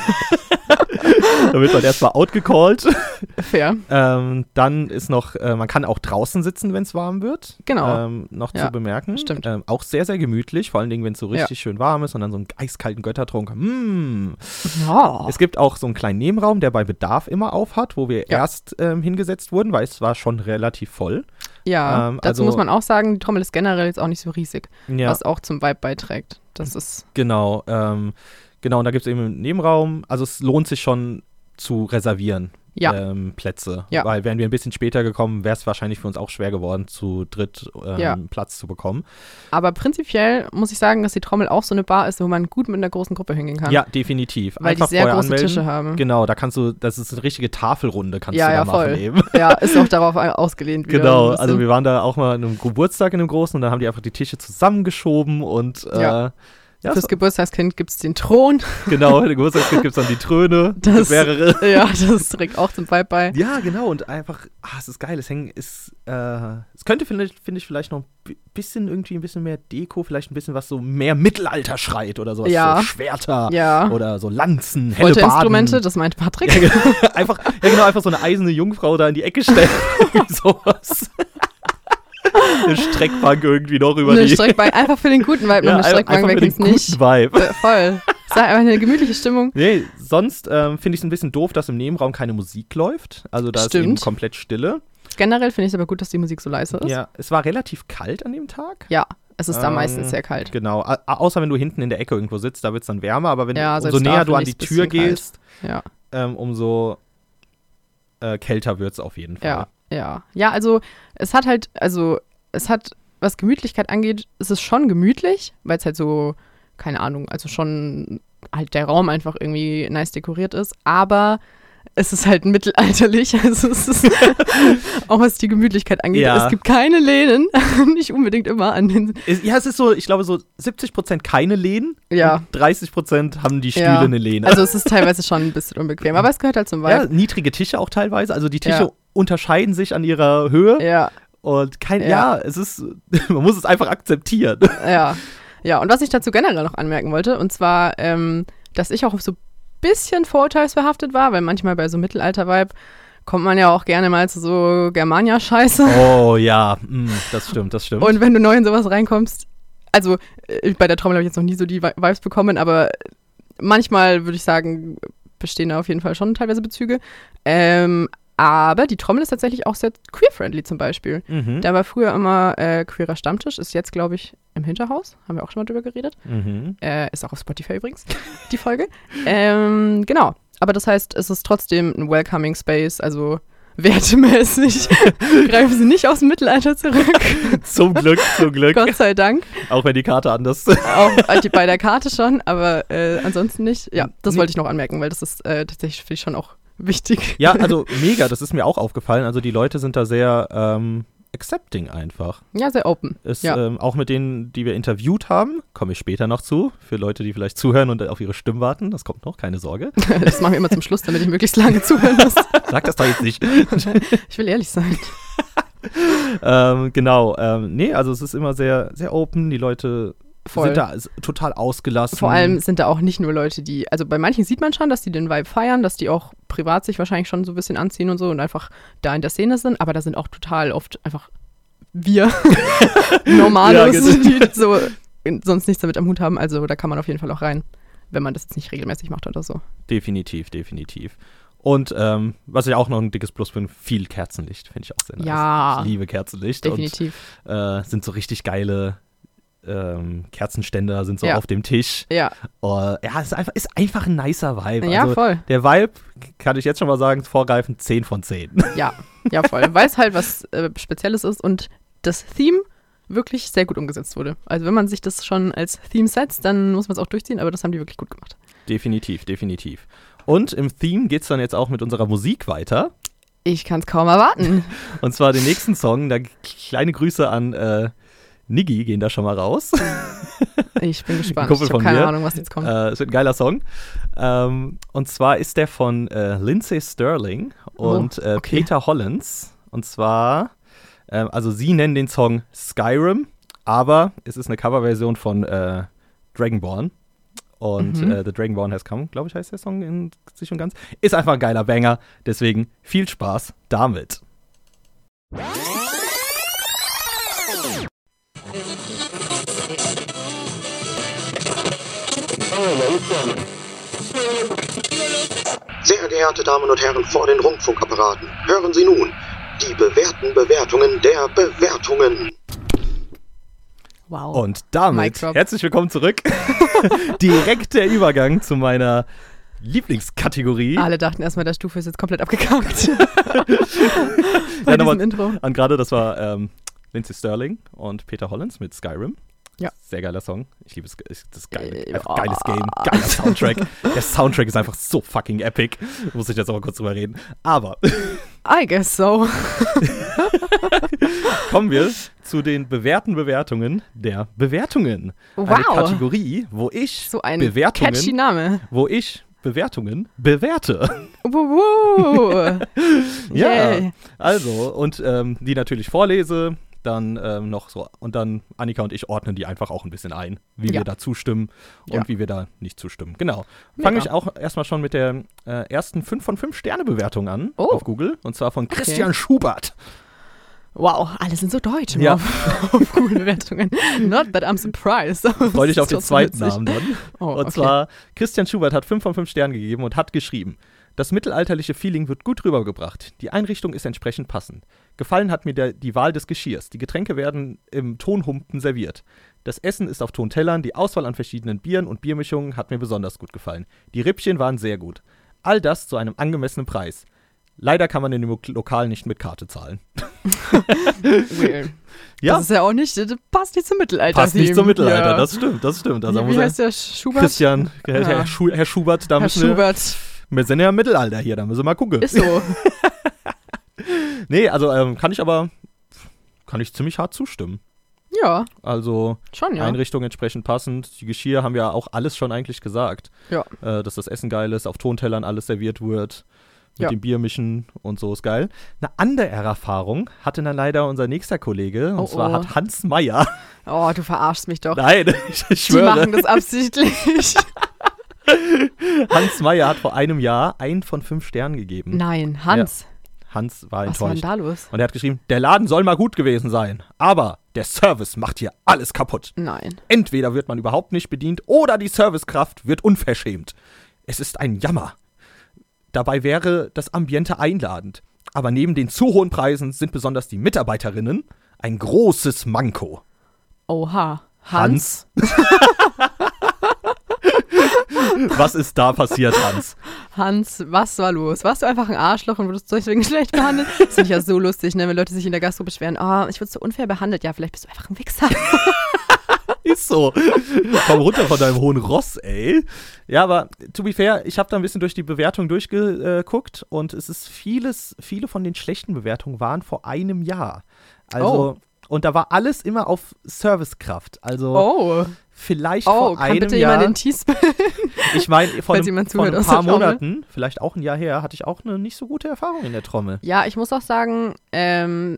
S4: Da wird man erstmal outgecallt.
S1: Fair.
S4: Ähm, dann ist noch, äh, man kann auch draußen sitzen, wenn es warm wird.
S1: Genau.
S4: Ähm, noch
S1: Ja,
S4: zu bemerken.
S1: stimmt.
S4: Ähm, auch sehr, sehr gemütlich, vor allen Dingen, wenn es so
S1: Ja.
S4: richtig schön warm ist und dann so einen eiskalten Göttertrunk. Mm.
S1: Ja.
S4: Es gibt auch so einen kleinen Nebenraum, der bei Bedarf immer auf hat, wo wir
S1: Ja.
S4: erst ähm, hingesetzt wurden, weil es war schon relativ voll.
S1: ja,
S4: ähm,
S1: dazu
S4: also-
S1: muss man auch sagen, die Trommel ist generell jetzt auch nicht so riesig,
S4: Ja.
S1: was auch zum Vibe beiträgt. Das ist,
S4: Genau, ähm, genau, und da gibt es eben einen Nebenraum. Also es lohnt sich schon zu reservieren,
S1: ja.
S4: ähm, Plätze.
S1: Ja.
S4: Weil wären wir ein bisschen später gekommen, wäre es wahrscheinlich für uns auch schwer geworden, zu dritt ähm,
S1: Ja.
S4: Platz zu bekommen.
S1: Aber prinzipiell muss ich sagen, dass die Trommel auch so eine Bar ist, wo man gut mit einer großen Gruppe hingehen kann.
S4: Ja, definitiv.
S1: weil die
S4: Einfach
S1: sehr
S4: vorher
S1: große
S4: anmelden.
S1: Tische haben.
S4: Genau, da kannst du, das ist eine richtige Tafelrunde, kannst
S1: Ja,
S4: du da
S1: ja,
S4: machen
S1: voll.
S4: eben.
S1: Ja, ist auch darauf ausgelehnt. Wieder so
S4: Genau,
S1: ein
S4: also
S1: bisschen.
S4: wir waren da auch mal an einem Geburtstag in einem großen und dann haben die einfach die Tische zusammengeschoben und äh,
S1: Ja.
S4: ja.
S1: Fürs
S4: so-
S1: Geburtstagskind gibt es den Thron.
S4: genau, im Geburtstagskind gibt es dann die Tröne,
S1: Das-
S4: mehrere.
S1: ja, das trägt auch zum Vibe bei.
S4: Ja, genau, und einfach, ah, es ist geil, es hängen, es, äh, es könnte, finde ich- finde ich, vielleicht noch ein bi- bisschen irgendwie ein bisschen mehr Deko, vielleicht ein bisschen was so mehr Mittelalter schreit oder sowas,
S1: Ja.
S4: so Schwerter
S1: Ja.
S4: oder so Lanzen, helle
S1: Folterinstrumente,
S4: Baden.
S1: das meint Patrick.
S4: Ja, genau, einfach, ja, genau, einfach so eine eiserne Jungfrau da in die Ecke stellen, irgendwie sowas. eine Streckbank irgendwie noch genau, über
S1: eine
S4: die.
S1: Streckbank, Ne, einfach für den guten Vibe, ne, noch eine
S4: ein-
S1: Streckbank,
S4: einfach
S1: wer
S4: für den
S1: kennt's nicht.
S4: guten Vibe.
S1: Äh, Voll. Es war einfach eine gemütliche Stimmung.
S4: Nee, sonst ähm, finde ich es ein bisschen doof, dass im Nebenraum keine Musik läuft. Also da ist eben
S1: Stimmt.
S4: komplett Stille.
S1: Generell finde ich es aber gut, dass die Musik so leise ist.
S4: Ja, es war relativ kalt an dem Tag.
S1: Ja, es ist da
S4: Ähm,
S1: meistens sehr kalt.
S4: Genau, au- außer wenn du hinten in der Ecke irgendwo sitzt, da wird es dann wärmer, aber wenn
S1: Ja,
S4: du,
S1: selbst
S4: umso
S1: da
S4: näher du
S1: find
S4: an die
S1: ich's
S4: Tür
S1: bisschen kalt.
S4: gehst,
S1: Ja.
S4: ähm, umso äh, kälter wird es auf jeden Fall.
S1: Ja, ja. Ja, also es hat halt, also es hat, was Gemütlichkeit angeht, es ist schon gemütlich, weil es halt so, keine Ahnung, also schon halt der Raum einfach irgendwie nice dekoriert ist, aber es ist halt mittelalterlich, also es ist auch was die Gemütlichkeit angeht.
S4: Ja.
S1: Es gibt keine Lehnen, nicht unbedingt immer an den.
S4: Es, ja, es ist so, ich glaube, so 70% keine Lehnen,
S1: Ja.
S4: und 30% haben die Stühle
S1: Ja.
S4: eine Lehne.
S1: Also es ist teilweise schon ein bisschen unbequem, aber es gehört halt zum
S4: ja,
S1: Vibe.
S4: niedrige Tische auch teilweise, also die Tische
S1: Ja.
S4: unterscheiden sich an ihrer Höhe
S1: Ja,
S4: und kein,
S1: Ja.
S4: ja. es ist, man muss es einfach akzeptieren.
S1: Ja, ja. Und was ich dazu generell noch anmerken wollte, und zwar, ähm, dass ich auch auf so ein bisschen vorurteilsbehaftet war, weil manchmal bei so Mittelalter-Vibe kommt man ja auch gerne mal zu so Germania-Scheiße.
S4: Oh ja, mm, das stimmt, das stimmt.
S1: Und wenn du neu in sowas reinkommst, also äh, bei der Trommel habe ich jetzt noch nie so die Vi- Vibes bekommen, aber manchmal würde ich sagen, bestehen da auf jeden Fall schon teilweise Bezüge. Ähm, aber die Trommel ist tatsächlich auch sehr queer-friendly zum Beispiel.
S4: mhm,
S1: Da war früher immer äh, queerer Stammtisch, ist jetzt, glaube ich, im Hinterhaus. Haben wir auch schon mal drüber geredet.
S4: mhm.
S1: Äh, ist auch auf Spotify übrigens, die Folge. ähm, genau. Aber das heißt, es ist trotzdem ein Welcoming Space, also wertemäßig greifen sie nicht aus dem Mittelalter zurück,
S4: Zum Glück, zum Glück.
S1: Gott sei Dank.
S4: Auch wenn die Karte anders
S1: Auch die- bei der Karte schon, aber äh, ansonsten nicht. Ja, das
S4: Nee.
S1: wollte ich noch anmerken, weil das ist äh, tatsächlich finde ich schon auch wichtig.
S4: Ja, also mega, das ist mir auch aufgefallen. Also die Leute sind da sehr ähm, accepting einfach.
S1: Ja, sehr open.
S4: Ist,
S1: Ja.
S4: ähm, auch mit denen, die wir interviewt haben, komme ich später noch zu. Für Leute, die vielleicht zuhören und auf ihre Stimmen warten, das kommt noch, keine Sorge.
S1: Das machen wir immer zum Schluss, damit ich möglichst lange zuhören muss.
S4: Sag das doch jetzt nicht.
S1: Ich will ehrlich sein.
S4: ähm, genau, ähm, nee, also es ist immer sehr, sehr open. Die Leute
S1: Voll.
S4: sind da s- total ausgelassen.
S1: Vor allem sind da auch nicht nur Leute, die, also bei manchen sieht man schon, dass die den Vibe feiern, dass die auch privat sich wahrscheinlich schon so ein bisschen anziehen und so und einfach da in der Szene sind, aber da sind auch total oft einfach wir
S4: Ja,
S1: Normalos,
S4: genau.
S1: die so sonst nichts damit am Hut haben. Also da kann man auf jeden Fall auch rein, wenn man das jetzt nicht regelmäßig macht oder so.
S4: Definitiv, definitiv. Und ähm, was ich auch noch ein dickes Plus bin, viel Kerzenlicht, finde ich auch sehr nice.
S1: Ja.
S4: Ich liebe Kerzenlicht.
S1: Definitiv.
S4: Und äh, sind so richtig geile ähm, Kerzenständer, sind so
S1: Ja.
S4: auf dem Tisch.
S1: Ja,
S4: Oh, ja, ist einfach, ist einfach ein nicer Vibe.
S1: ja,
S4: also,
S1: voll.
S4: Der Vibe, kann ich jetzt schon mal sagen, vorgreifend 10 von 10.
S1: Ja, ja, voll. Weil es halt was äh, Spezielles ist und das Theme wirklich sehr gut umgesetzt wurde. Also wenn man sich das schon als Theme setzt, dann muss man es auch durchziehen, aber das haben die wirklich gut gemacht.
S4: definitiv, definitiv. Und im Theme geht's dann jetzt auch mit unserer Musik weiter.
S1: Ich kann es kaum erwarten.
S4: Und zwar den nächsten Song. Da kleine Grüße an äh, Niggi gehen da schon mal raus.
S1: Ich bin gespannt.
S4: Kumpel
S1: Ich habe
S4: von
S1: keine
S4: mir.
S1: Ahnung, was jetzt kommt.
S4: Äh, es wird ein geiler Song. Ähm, und zwar ist der von äh, Lindsay Sterling und äh,
S1: Oh, okay.
S4: Peter Hollins. Und zwar, ähm, also sie nennen den Song Skyrim, aber es ist eine Coverversion von äh, Dragonborn. Und
S1: Mhm.
S4: äh, The Dragonborn Has Come, glaube ich, heißt der Song in sich und ganz. Ist einfach ein geiler Banger. Deswegen viel Spaß damit.
S5: Sehr geehrte Damen und Herren vor den Rundfunkapparaten, hören Sie nun die bewährten Bewertungen der Bewertungen.
S1: wow.
S4: Und damit
S1: Mic drop.
S4: herzlich willkommen zurück. Direkt der Übergang zu meiner Lieblingskategorie.
S1: Alle dachten erstmal, der Stufe ist jetzt komplett abgekackt. Bei
S4: Ja,
S1: diesem
S4: nochmal
S1: Intro.
S4: an gerade, das war ähm, Lindsay Sterling und Peter Hollins mit Skyrim.
S1: Ja.
S4: Sehr geiler Song. Ich liebe es. ist Das geile,
S1: Äh,
S4: einfach
S1: ja.
S4: geiles Game, geiler Soundtrack. Der Soundtrack ist einfach so fucking epic. Muss ich jetzt auch mal kurz drüber reden. Aber
S1: I guess so.
S4: kommen wir zu den bewährten Bewertungen der Bewertungen. Eine
S1: Wow.
S4: Kategorie, wo ich
S1: So ein
S4: Bewertungen,
S1: catchy Name.
S4: wo ich Bewertungen bewerte.
S1: Wuhu.
S4: Ja,
S1: Yay.
S4: also, und ähm, die natürlich vorlese, dann ähm, noch so, und dann Annika und ich ordnen die einfach auch ein bisschen ein, wie
S1: Ja.
S4: wir da zustimmen und
S1: Ja.
S4: wie wir da nicht zustimmen. Genau. Fange
S1: Mega.
S4: ich auch erstmal schon mit der äh, ersten 5 von 5 Sterne-Bewertung an
S1: Oh.
S4: auf Google, und zwar von Christian Schubert.
S1: Wow, alle sind so deutsch.
S4: Ja.
S1: Ja. Auf, auf coole Bewertungen. Not that I'm surprised.
S4: Freue dich auf den
S1: Das ist
S4: zweiten
S1: witzig.
S4: Namen dann.
S1: Oh,
S4: und
S1: okay.
S4: zwar, Christian Schubert hat 5 von 5 Sternen gegeben und hat geschrieben, das mittelalterliche Feeling wird gut rübergebracht. Die Einrichtung ist entsprechend passend. Gefallen hat mir der, die Wahl des Geschirrs. Die Getränke werden im Tonhumpen serviert. Das Essen ist auf Tontellern. Die Auswahl an verschiedenen Bieren und Biermischungen hat mir besonders gut gefallen. Die Rippchen waren sehr gut. All das zu einem angemessenen Preis. Leider kann man in dem Lo- Lokal nicht mit Karte zahlen.
S1: Weird.
S4: Ja,
S1: Das ist ja auch nicht, das passt nicht zum Mittelalter.
S4: passt nicht zum Mittelalter.
S1: Ja.
S4: Das stimmt, das stimmt. Also da
S1: wie
S4: muss
S1: wie
S4: er-
S1: heißt der Schubert?
S4: Christian, Herr,
S1: Ja.
S4: Herr, Schu Herr Schubert, da
S1: Herr
S4: müssen wir,
S1: Schubert.
S4: wir sind ja im Mittelalter hier, da müssen wir mal gucken.
S1: Ist so.
S4: Nee, also ähm, kann ich aber, kann ich ziemlich hart zustimmen.
S1: Ja,
S4: Also
S1: schon, ja.
S4: Einrichtung entsprechend passend, die Geschirr haben ja auch alles schon eigentlich gesagt.
S1: Ja.
S4: Äh, dass das Essen geil ist, auf Tontellern alles serviert wird, mit
S1: Ja.
S4: dem Bier mischen und so ist geil. Eine andere Erfahrung hatte dann leider unser nächster Kollege, und
S1: Oh,
S4: zwar
S1: oh.
S4: hat Hans Meyer,
S1: Oh, du verarschst mich doch.
S4: nein, ich, ich
S1: Die
S4: schwöre,
S1: machen das absichtlich.
S4: Hans Meyer hat vor einem Jahr einen von fünf Sternen gegeben.
S1: Nein, Hans,
S4: Hans war
S1: was war denn
S4: enttäuscht.
S1: da los?
S4: Und er hat geschrieben, der Laden soll mal gut gewesen sein, aber der Service macht hier alles kaputt.
S1: Nein.
S4: Entweder wird man überhaupt nicht bedient oder die Servicekraft wird unverschämt. Es ist ein Jammer. Dabei wäre das Ambiente einladend. Aber neben den zu hohen Preisen sind besonders die Mitarbeiterinnen ein großes Manko.
S1: Oha. Hans?
S4: Was ist da passiert, Hans?
S1: Hans, was war los? Warst du einfach ein Arschloch und wurdest deswegen schlecht behandelt? Das finde ich ja so lustig, ne? wenn Leute sich in der Gastro beschweren, oh, ich wurde so unfair behandelt. Ja, vielleicht bist du einfach ein Wichser.
S4: Ist so. Komm runter von deinem hohen Ross, ey. Ja, aber to be fair, ich habe da ein bisschen durch die Bewertung durchgeguckt und es ist vieles, viele von den schlechten Bewertungen waren vor einem Jahr.
S1: Oh.
S4: Also, und da war alles immer auf Servicekraft. Also,
S1: Oh,
S4: vielleicht
S1: oh,
S4: vor
S1: kann
S4: einem
S1: bitte
S4: Jahr.
S1: jemand den Teaspoon?
S4: ich meine, vor
S1: falls
S4: einem,
S1: jemand
S4: vor
S1: zuhört
S4: ein
S1: aus
S4: paar
S1: der Trommel.
S4: Monaten, vielleicht auch ein Jahr her, hatte ich auch eine nicht so gute Erfahrung in der Trommel.
S1: Ja, ich muss auch sagen, ähm,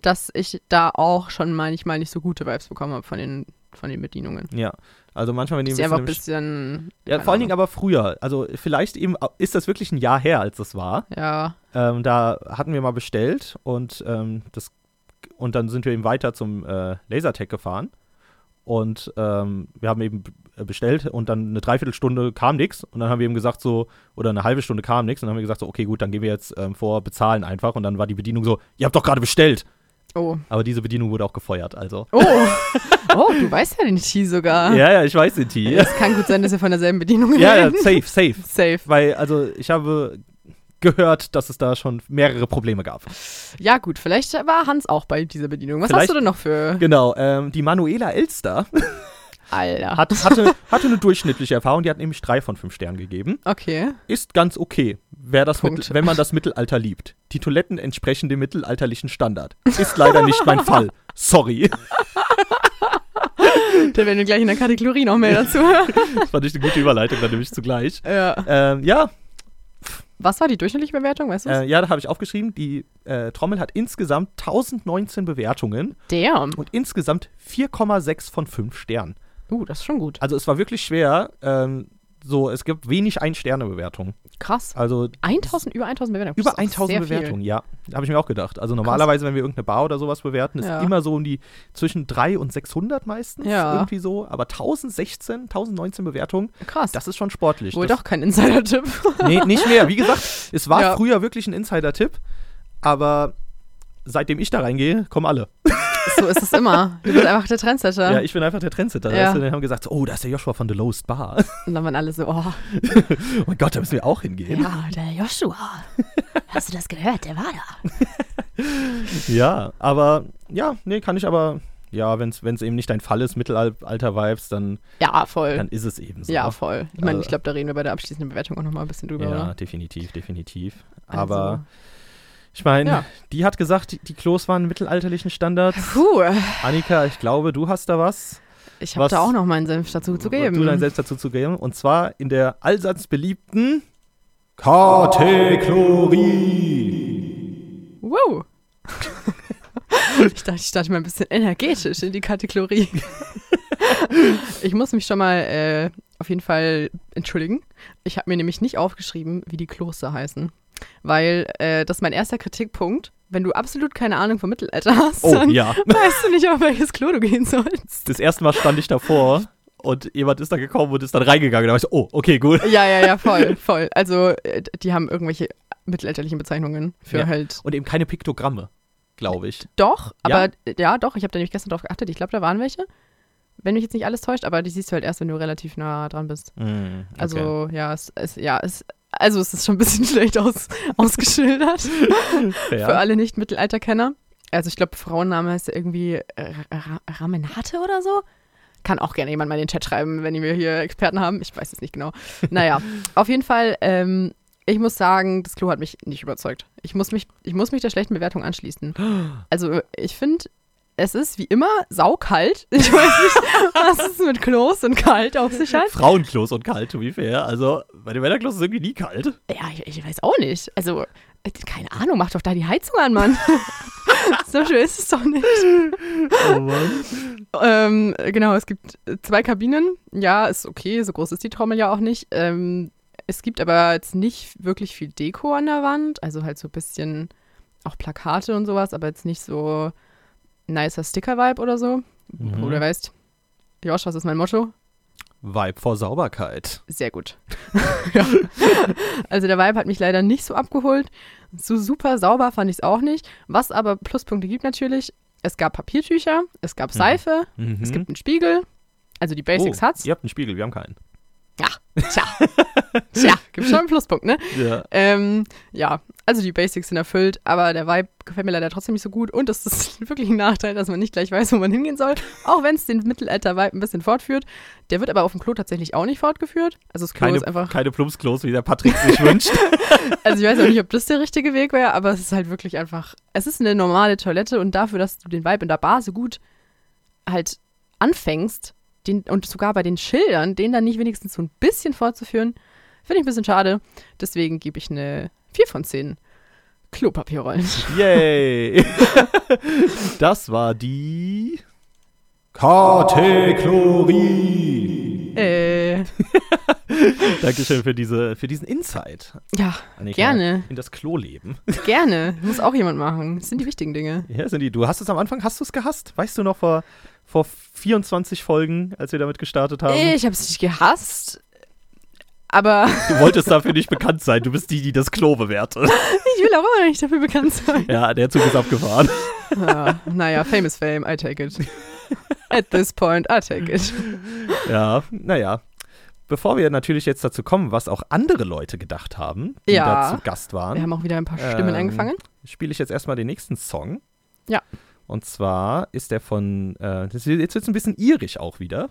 S1: dass ich da auch schon manchmal nicht so gute Vibes bekommen habe von den, von den Bedienungen.
S4: Ja. Also manchmal, wenn die
S1: Dass
S4: ein
S1: die einfach ein
S4: bisschen im
S1: bisschen.
S4: Ja,
S1: keine
S4: vor allen Dingen
S1: Ahnung.
S4: aber früher. Also vielleicht eben ist das wirklich ein Jahr her, als das war.
S1: Ja,
S4: Ähm, da hatten wir mal bestellt und ähm, das und dann sind wir eben weiter zum äh, Lasertag gefahren und ähm, wir haben eben äh, bestellt und dann eine Dreiviertelstunde kam nichts und dann haben wir ihm gesagt so, oder eine halbe Stunde kam nichts und dann haben wir gesagt so, okay, gut, dann gehen wir jetzt ähm, vor, bezahlen einfach und dann war die Bedienung so, ihr habt doch gerade bestellt.
S1: Oh.
S4: Aber diese Bedienung wurde auch gefeuert, also.
S1: Oh. oh, du weißt ja den Tee sogar.
S4: Ja, ja, ich weiß den Tee.
S1: Es kann gut sein, dass wir von derselben Bedienung
S4: Ja, ja,
S1: reden.
S4: safe, safe.
S1: Safe.
S4: Weil, also, ich habe gehört, dass es da schon mehrere Probleme gab.
S1: Ja, gut, vielleicht war Hans auch bei dieser Bedienung. Was hast
S4: Vielleicht-
S1: du denn noch für.
S4: Genau, ähm, die Manuela Elster
S1: Alter.
S4: hat, hatte, hatte eine durchschnittliche Erfahrung, die hat nämlich drei von fünf Sternen gegeben.
S1: okay.
S4: Ist ganz okay, wer das
S1: Punkt.
S4: mit, wenn man das Mittelalter liebt. Die Toiletten entsprechen dem mittelalterlichen Standard. Ist leider nicht mein Fall. Sorry.
S1: Da werden wir gleich in der Kategorie noch mehr dazu.
S4: Das fand ich eine gute Überleitung, dann nämlich zugleich.
S1: ja.
S4: Ähm, ja,
S1: Was war die durchschnittliche Bewertung, weißt du?
S4: äh, ja, da habe ich aufgeschrieben, die äh, Trommel hat insgesamt 1019 Bewertungen
S1: Damn.
S4: und insgesamt 4,6 von 5 Sternen.
S1: Uh, das ist schon gut.
S4: Also es war wirklich schwer. Ähm, so, es gibt wenig Ein-Sterne-Bewertungen.
S1: Krass.
S4: Also
S1: 1000, über 1000 Bewertungen. Das
S4: über
S1: ist auch
S4: 1000
S1: sehr viel.
S4: Bewertungen, ja. Habe ich mir auch gedacht. Also normalerweise, wenn wir irgendeine Bar oder sowas bewerten, ist
S1: Ja.
S4: immer so um die zwischen 3 und 600 meistens.
S1: Ja.
S4: Irgendwie so. Aber 1016, 1019 Bewertungen,
S1: Krass.
S4: das ist schon sportlich.
S1: Wohl
S4: das,
S1: doch kein Insider-Tipp.
S4: Nee, nicht mehr. Wie gesagt, es war
S1: Ja.
S4: früher wirklich ein Insider-Tipp. Aber seitdem ich da reingehe, kommen alle.
S1: so ist es immer. Du bist einfach der Trendsetter.
S4: Ja, ich bin einfach der Trendsetter.
S1: Ja.
S4: Weißt du, Dann haben wir gesagt, so, oh, da ist der Joshua von The Lowest Bar.
S1: Und dann waren alle so, oh,
S4: oh mein Gott, da müssen wir auch hingehen.
S1: ja, der Joshua. Hast du das gehört? Der war da.
S4: Ja, aber ja, nee, kann ich aber. Ja, wenn es eben nicht dein Fall ist, Mittelalter-Vibes, dann,
S1: Ja, voll.
S4: dann ist es eben so.
S1: ja, voll. Ich meine,
S4: Also-
S1: ich glaube, da reden wir bei der abschließenden Bewertung auch nochmal ein bisschen drüber,
S4: ja
S1: oder?
S4: definitiv, definitiv.
S1: Also-
S4: Aber ich meine,
S1: Ja.
S4: die hat gesagt, die- die Klos waren mittelalterlichen Standards.
S1: Puh,
S4: Annika, ich glaube, du hast da was,
S1: ich habe
S4: Was-
S1: da auch noch meinen Senf dazu zu geben.
S4: du dein selbst dazu zu geben. Und zwar in der allseits beliebten Kategorie.
S1: Wow. ich dachte, ich starte mal ein bisschen energetisch in die Kategorie. ich muss mich schon mal äh, auf jeden Fall entschuldigen. Ich habe mir nämlich nicht aufgeschrieben, wie die Kloster heißen. Weil äh, das ist mein erster Kritikpunkt. Wenn du absolut keine Ahnung vom Mittelalter hast,
S4: Oh,
S1: dann
S4: ja.
S1: weißt du nicht, auf welches Klo du gehen sollst.
S4: Das erste Mal stand ich davor und jemand ist da gekommen und ist dann reingegangen. Da war ich so, oh, okay, gut.
S1: Ja, ja, ja, voll, voll. Also, äh, die haben irgendwelche mittelalterlichen Bezeichnungen für
S4: Ja.
S1: halt
S4: Und eben keine Piktogramme, glaube ich.
S1: Doch,
S4: Ja?
S1: aber äh, ja, doch, ich habe da nämlich gestern drauf geachtet. Ich glaube, da waren welche. Wenn mich jetzt nicht alles täuscht, aber die siehst du halt erst, wenn du relativ nah dran bist. Also, ja, es, es, ja, es, also es ist schon ein bisschen schlecht aus, ausgeschildert für alle Nicht-Mittelalterkenner. Also ich glaube, Frauenname heißt irgendwie äh, Ra Ramenate oder so. Kann auch gerne jemand mal in den Chat schreiben, wenn wir hier Experten haben. Ich weiß es nicht genau. Naja, auf jeden Fall, ähm, ich muss sagen, das Klo hat mich nicht überzeugt. Ich muss mich, ich muss mich der schlechten Bewertung anschließen. Also ich finde, es ist wie immer saukalt. Ich weiß nicht, was es mit Klos und kalt auf sich hat.
S4: Frauenklos und kalt, to be fair. Also bei den Männerklos ist es irgendwie nie kalt.
S1: Ja, ich, ich weiß auch nicht. Also, äh, keine Ahnung, mach doch da die Heizung an, Mann. so schön ist es doch nicht.
S4: Oh Mann.
S1: Ähm, genau, es gibt äh, zwei Kabinen. Ja, ist okay, so groß ist die Trommel ja auch nicht. Ähm, es gibt aber jetzt nicht wirklich viel Deko an der Wand, also halt so ein bisschen auch Plakate und sowas, aber jetzt nicht so nicer Sticker-Vibe oder so.
S4: Mhm.
S1: Oder weißt, Josh, was ist mein Motto?
S4: Vibe vor Sauberkeit.
S1: sehr gut. ja. Also der Vibe hat mich leider nicht so abgeholt. So super sauber fand ich es auch nicht. Was aber Pluspunkte gibt natürlich, es gab Papiertücher, es gab Seife, es gibt einen Spiegel. Also die Basics
S4: Mhm. oh,
S1: hat's.
S4: Ihr habt einen Spiegel, wir haben keinen.
S1: Tja. Tja, gibt schon einen Pluspunkt, ne?
S4: Ja.
S1: Ähm, ja, also die Basics sind erfüllt, aber der Vibe gefällt mir leider trotzdem nicht so gut und das ist wirklich ein Nachteil, dass man nicht gleich weiß, wo man hingehen soll, auch wenn es den Mittelalter-Vibe ein bisschen fortführt. Der wird aber auf dem Klo tatsächlich auch nicht fortgeführt. Also das Klo
S4: Keine,
S1: ist einfach
S4: keine Plumpsklos, wie der Patrick sich wünscht.
S1: Also ich weiß auch nicht, ob das der richtige Weg wäre, aber es ist halt wirklich einfach, es ist eine normale Toilette und dafür, dass du den Vibe in der Bar so gut halt anfängst den, und sogar bei den Schildern, den dann nicht wenigstens so ein bisschen fortzuführen, finde ich ein bisschen schade. Deswegen gebe ich eine 4 von 10 Klopapierrollen.
S4: Yay! das war die. Kategorie.
S1: äh, Oh.
S4: Dankeschön für, diese, für diesen Insight.
S1: Ja,
S4: Annika,
S1: Gerne.
S4: In das Klo leben.
S1: gerne. Muss auch jemand machen. Das sind die wichtigen Dinge.
S4: Ja, Cindy, du hast es am Anfang, hast du es gehasst? Weißt du noch vor, vor 24 Folgen, als wir damit gestartet haben?
S1: Ich habe es nicht gehasst, aber
S4: Du wolltest dafür nicht bekannt sein. Du bist die, die das Klo bewertet.
S1: ich will auch immer noch nicht dafür bekannt sein.
S4: Ja, der Zug ist abgefahren.
S1: Ah, naja, famous fame, I take it. At this point, I take it.
S4: Ja, naja. Bevor wir natürlich jetzt dazu kommen, was auch andere Leute gedacht haben, die
S1: Ja.
S4: da zu Gast
S1: Wir
S4: waren,
S1: haben auch wieder ein paar Stimmen
S4: Ähm,
S1: angefangen.
S4: spiele ich jetzt erstmal den nächsten Song.
S1: Ja.
S4: Und zwar ist der von, äh, das, jetzt wird es ein bisschen irisch auch wieder.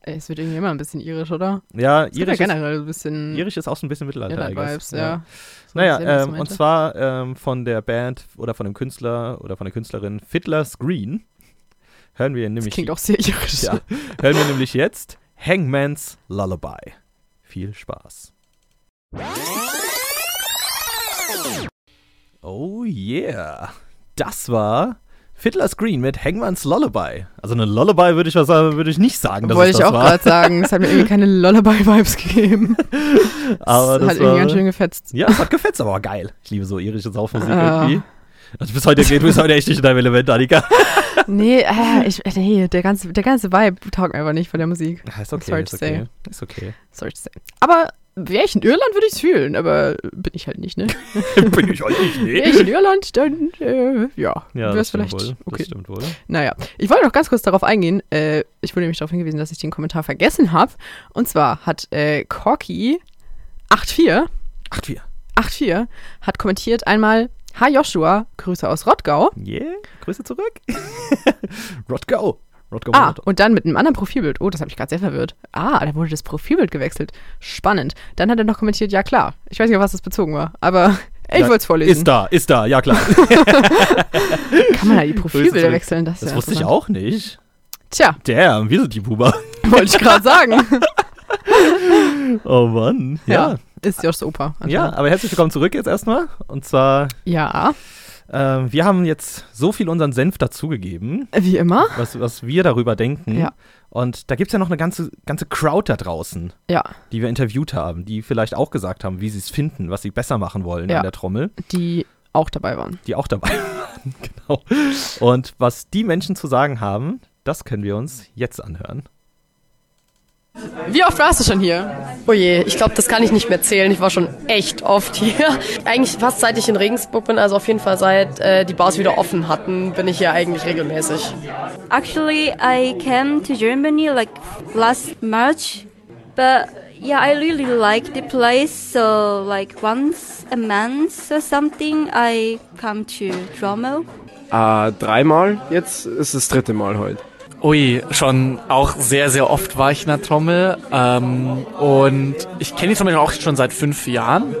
S1: Ey, es wird irgendwie immer ein bisschen irisch, oder?
S4: Ja,
S1: Es gibt ja
S4: irisch, ist,
S1: generell ein bisschen
S4: irisch ist auch so ein bisschen Mittelalter. I
S1: Irland-Vibes,
S4: guess.
S1: ja. So ein bisschen,
S4: Naja,
S1: was
S4: ähm,
S1: du
S4: und
S1: meinte.
S4: zwar ähm, von der Band oder von dem Künstler oder von der Künstlerin Fiddler's Green hören wir
S1: Das
S4: nämlich,
S1: klingt auch sehr irisch.
S4: ja, hören wir nämlich jetzt Hangman's Lullaby. Viel Spaß. Oh yeah. Das war Fiddler's Green mit Hangman's Lullaby. Also eine Lullaby würde ich, was- würde ich nicht sagen, dass
S1: Wollte
S4: es
S1: ich
S4: das
S1: auch
S4: war.
S1: gerade sagen. Es hat mir irgendwie keine Lullaby-Vibes gegeben.
S4: Aber
S1: das
S4: das
S1: hat irgendwie
S4: war-
S1: ganz schön gefetzt.
S4: Ja, es hat gefetzt, aber war geil. Ich liebe so irische Saufmusik
S1: Ja.
S4: irgendwie. Also bis heute geht bis heute echt nicht in deinem Element, Annika.
S1: Nee, äh, ich, nee der, ganze, der ganze Vibe taugt mir einfach nicht von der Musik.
S4: Ist
S1: okay, Sorry ist to okay,
S4: Ist okay.
S1: Soll ich sagen. Aber wäre ich in Irland, würde ich es fühlen. Aber bin ich halt nicht, ne?
S4: Bin ich euch nicht,
S1: Wäre ich in Irland, dann, äh, ja.
S4: Ja,
S1: wär's
S4: das stimmt, wohl.
S1: okay.
S4: das stimmt wohl.
S1: Naja, ich wollte noch ganz kurz darauf eingehen. Äh, ich wurde nämlich darauf hingewiesen, dass ich den Kommentar vergessen habe. Und zwar hat äh, Corky 84
S4: Acht wir.
S1: 84 hat kommentiert einmal Hi Joshua, Grüße aus Rottgau.
S4: Yeah, Grüße zurück. Rodgo. Rodgo
S1: Ah, und dann mit einem anderen Profilbild. Oh, das habe ich gerade sehr verwirrt. Ah, da wurde das Profilbild gewechselt. Spannend. Dann hat er noch kommentiert, ja klar. Ich weiß nicht, auf was das bezogen war, aber ich wollte es vorlesen.
S4: Ist da, ist da, ja klar.
S1: Kann man ja die Profilbilder
S4: zurück.
S1: wechseln? Das, ist
S4: Das
S1: ja
S4: wusste ich
S1: interessant.
S4: auch nicht.
S1: Tja,
S4: Damn, wir sind die Buba.
S1: wollte ich gerade sagen.
S4: Oh Mann. Ja.
S1: ja. Ist Joshs Opa. also
S4: ja. aber herzlich willkommen zurück jetzt erstmal. Und zwar,
S1: Ja,
S4: ähm, wir haben jetzt so viel unseren Senf dazugegeben.
S1: wie immer.
S4: was, was wir darüber denken.
S1: Ja.
S4: Und da gibt es ja noch eine ganze, ganze Crowd da draußen,
S1: Ja,
S4: die wir interviewt haben, die vielleicht auch gesagt haben, wie sie es finden, was sie besser machen wollen
S1: Ja.
S4: an der Trommel,
S1: die auch dabei waren.
S4: die auch dabei waren. genau. Und was die Menschen zu sagen haben, das können wir uns jetzt anhören.
S6: Wie oft warst du schon hier?
S7: Oh je, ich glaube, das kann ich nicht mehr zählen. Ich war schon echt oft hier. Eigentlich fast seit ich in Regensburg bin, also auf jeden Fall seit äh, die Bars wieder offen hatten, bin ich hier eigentlich regelmäßig.
S6: Actually, I came to Germany like last March, but yeah, I really like the place. So like once a month or something, I come to Dromo.
S8: Ah, dreimal. Jetzt ist das dritte Mal heute.
S9: Ui, schon auch sehr, sehr oft war ich in der Trommel. Ähm, und ich kenne die Trommel auch schon seit fünf Jahren.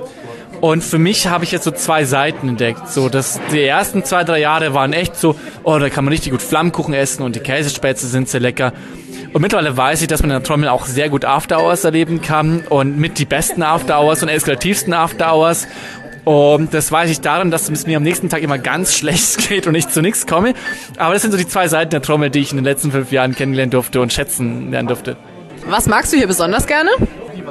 S9: Und für mich habe ich jetzt so zwei Seiten entdeckt. So, dass die ersten zwei, drei Jahre waren echt so, oh, da kann man richtig gut Flammkuchen essen und die Käsespätzle sind sehr lecker. Und mittlerweile weiß ich, dass man in der Trommel auch sehr gut After Hours erleben kann und mit die besten After Hours und eskalativsten After Hours. Und das weiß ich daran, dass es mir am nächsten Tag immer ganz schlecht geht und ich zu nichts komme. Aber das sind so die zwei Seiten der Trommel, die ich in den letzten fünf Jahren kennenlernen durfte und schätzen lernen durfte.
S7: Was magst du hier besonders gerne?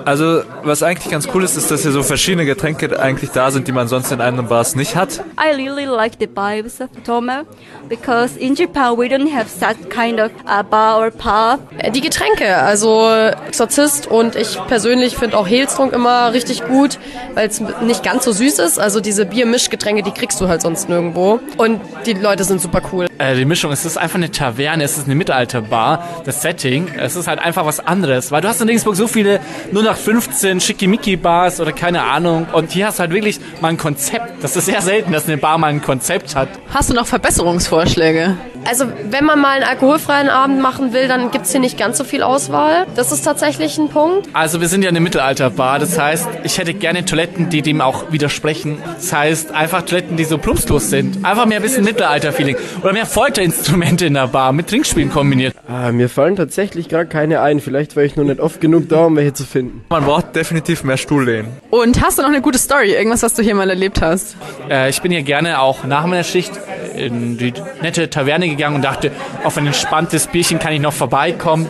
S10: Also, was eigentlich ganz cool ist, ist, dass hier so verschiedene Getränke eigentlich da sind, die man sonst in anderen Bars nicht hat.
S6: I really like the vibes of Dromo because in Japan we don't have such kind of a bar or pub.
S7: Äh, Die Getränke, also Exorzist und ich persönlich finde auch Hehlstrunk immer richtig gut, weil es nicht ganz so süß ist. Also diese Biermischgetränke, die kriegst du halt sonst nirgendwo. Und die Leute sind super cool.
S9: Äh, die Mischung, es ist einfach eine Taverne, es ist eine Mittelalterbar, das Setting, es ist halt einfach was anderes. Weil du hast in Regensburg so viele 0815 Schickimicki-Bars oder keine Ahnung. Und hier hast du halt wirklich mal ein Konzept. Das ist sehr selten, dass eine Bar mal ein Konzept hat.
S1: Hast du noch Verbesserungsvorschläge?
S7: Also wenn man mal einen alkoholfreien Abend machen will, dann gibt's hier nicht ganz so viel Auswahl. Das ist tatsächlich ein Punkt.
S9: Also wir sind ja eine Mittelalterbar, das heißt, ich hätte gerne Toiletten, die dem auch widersprechen. Das heißt, einfach Toiletten, die so plumpslos sind. Einfach mehr ein bisschen Mittelalter-Feeling. Oder mehr Folterinstrumente in der Bar, mit Trinkspielen kombiniert.
S8: Ah, mir fallen tatsächlich gerade keine ein. Vielleicht war ich nur nicht oft genug da, um welche zu finden.
S10: Man braucht definitiv mehr Stuhllehnen.
S1: Und hast du noch eine gute Story? Irgendwas, was du hier mal erlebt hast?
S9: Äh, ich bin hier gerne auch nach meiner Schicht in die nette Taverne gegangen und dachte, auf ein entspanntes Bierchen kann ich noch vorbeikommen.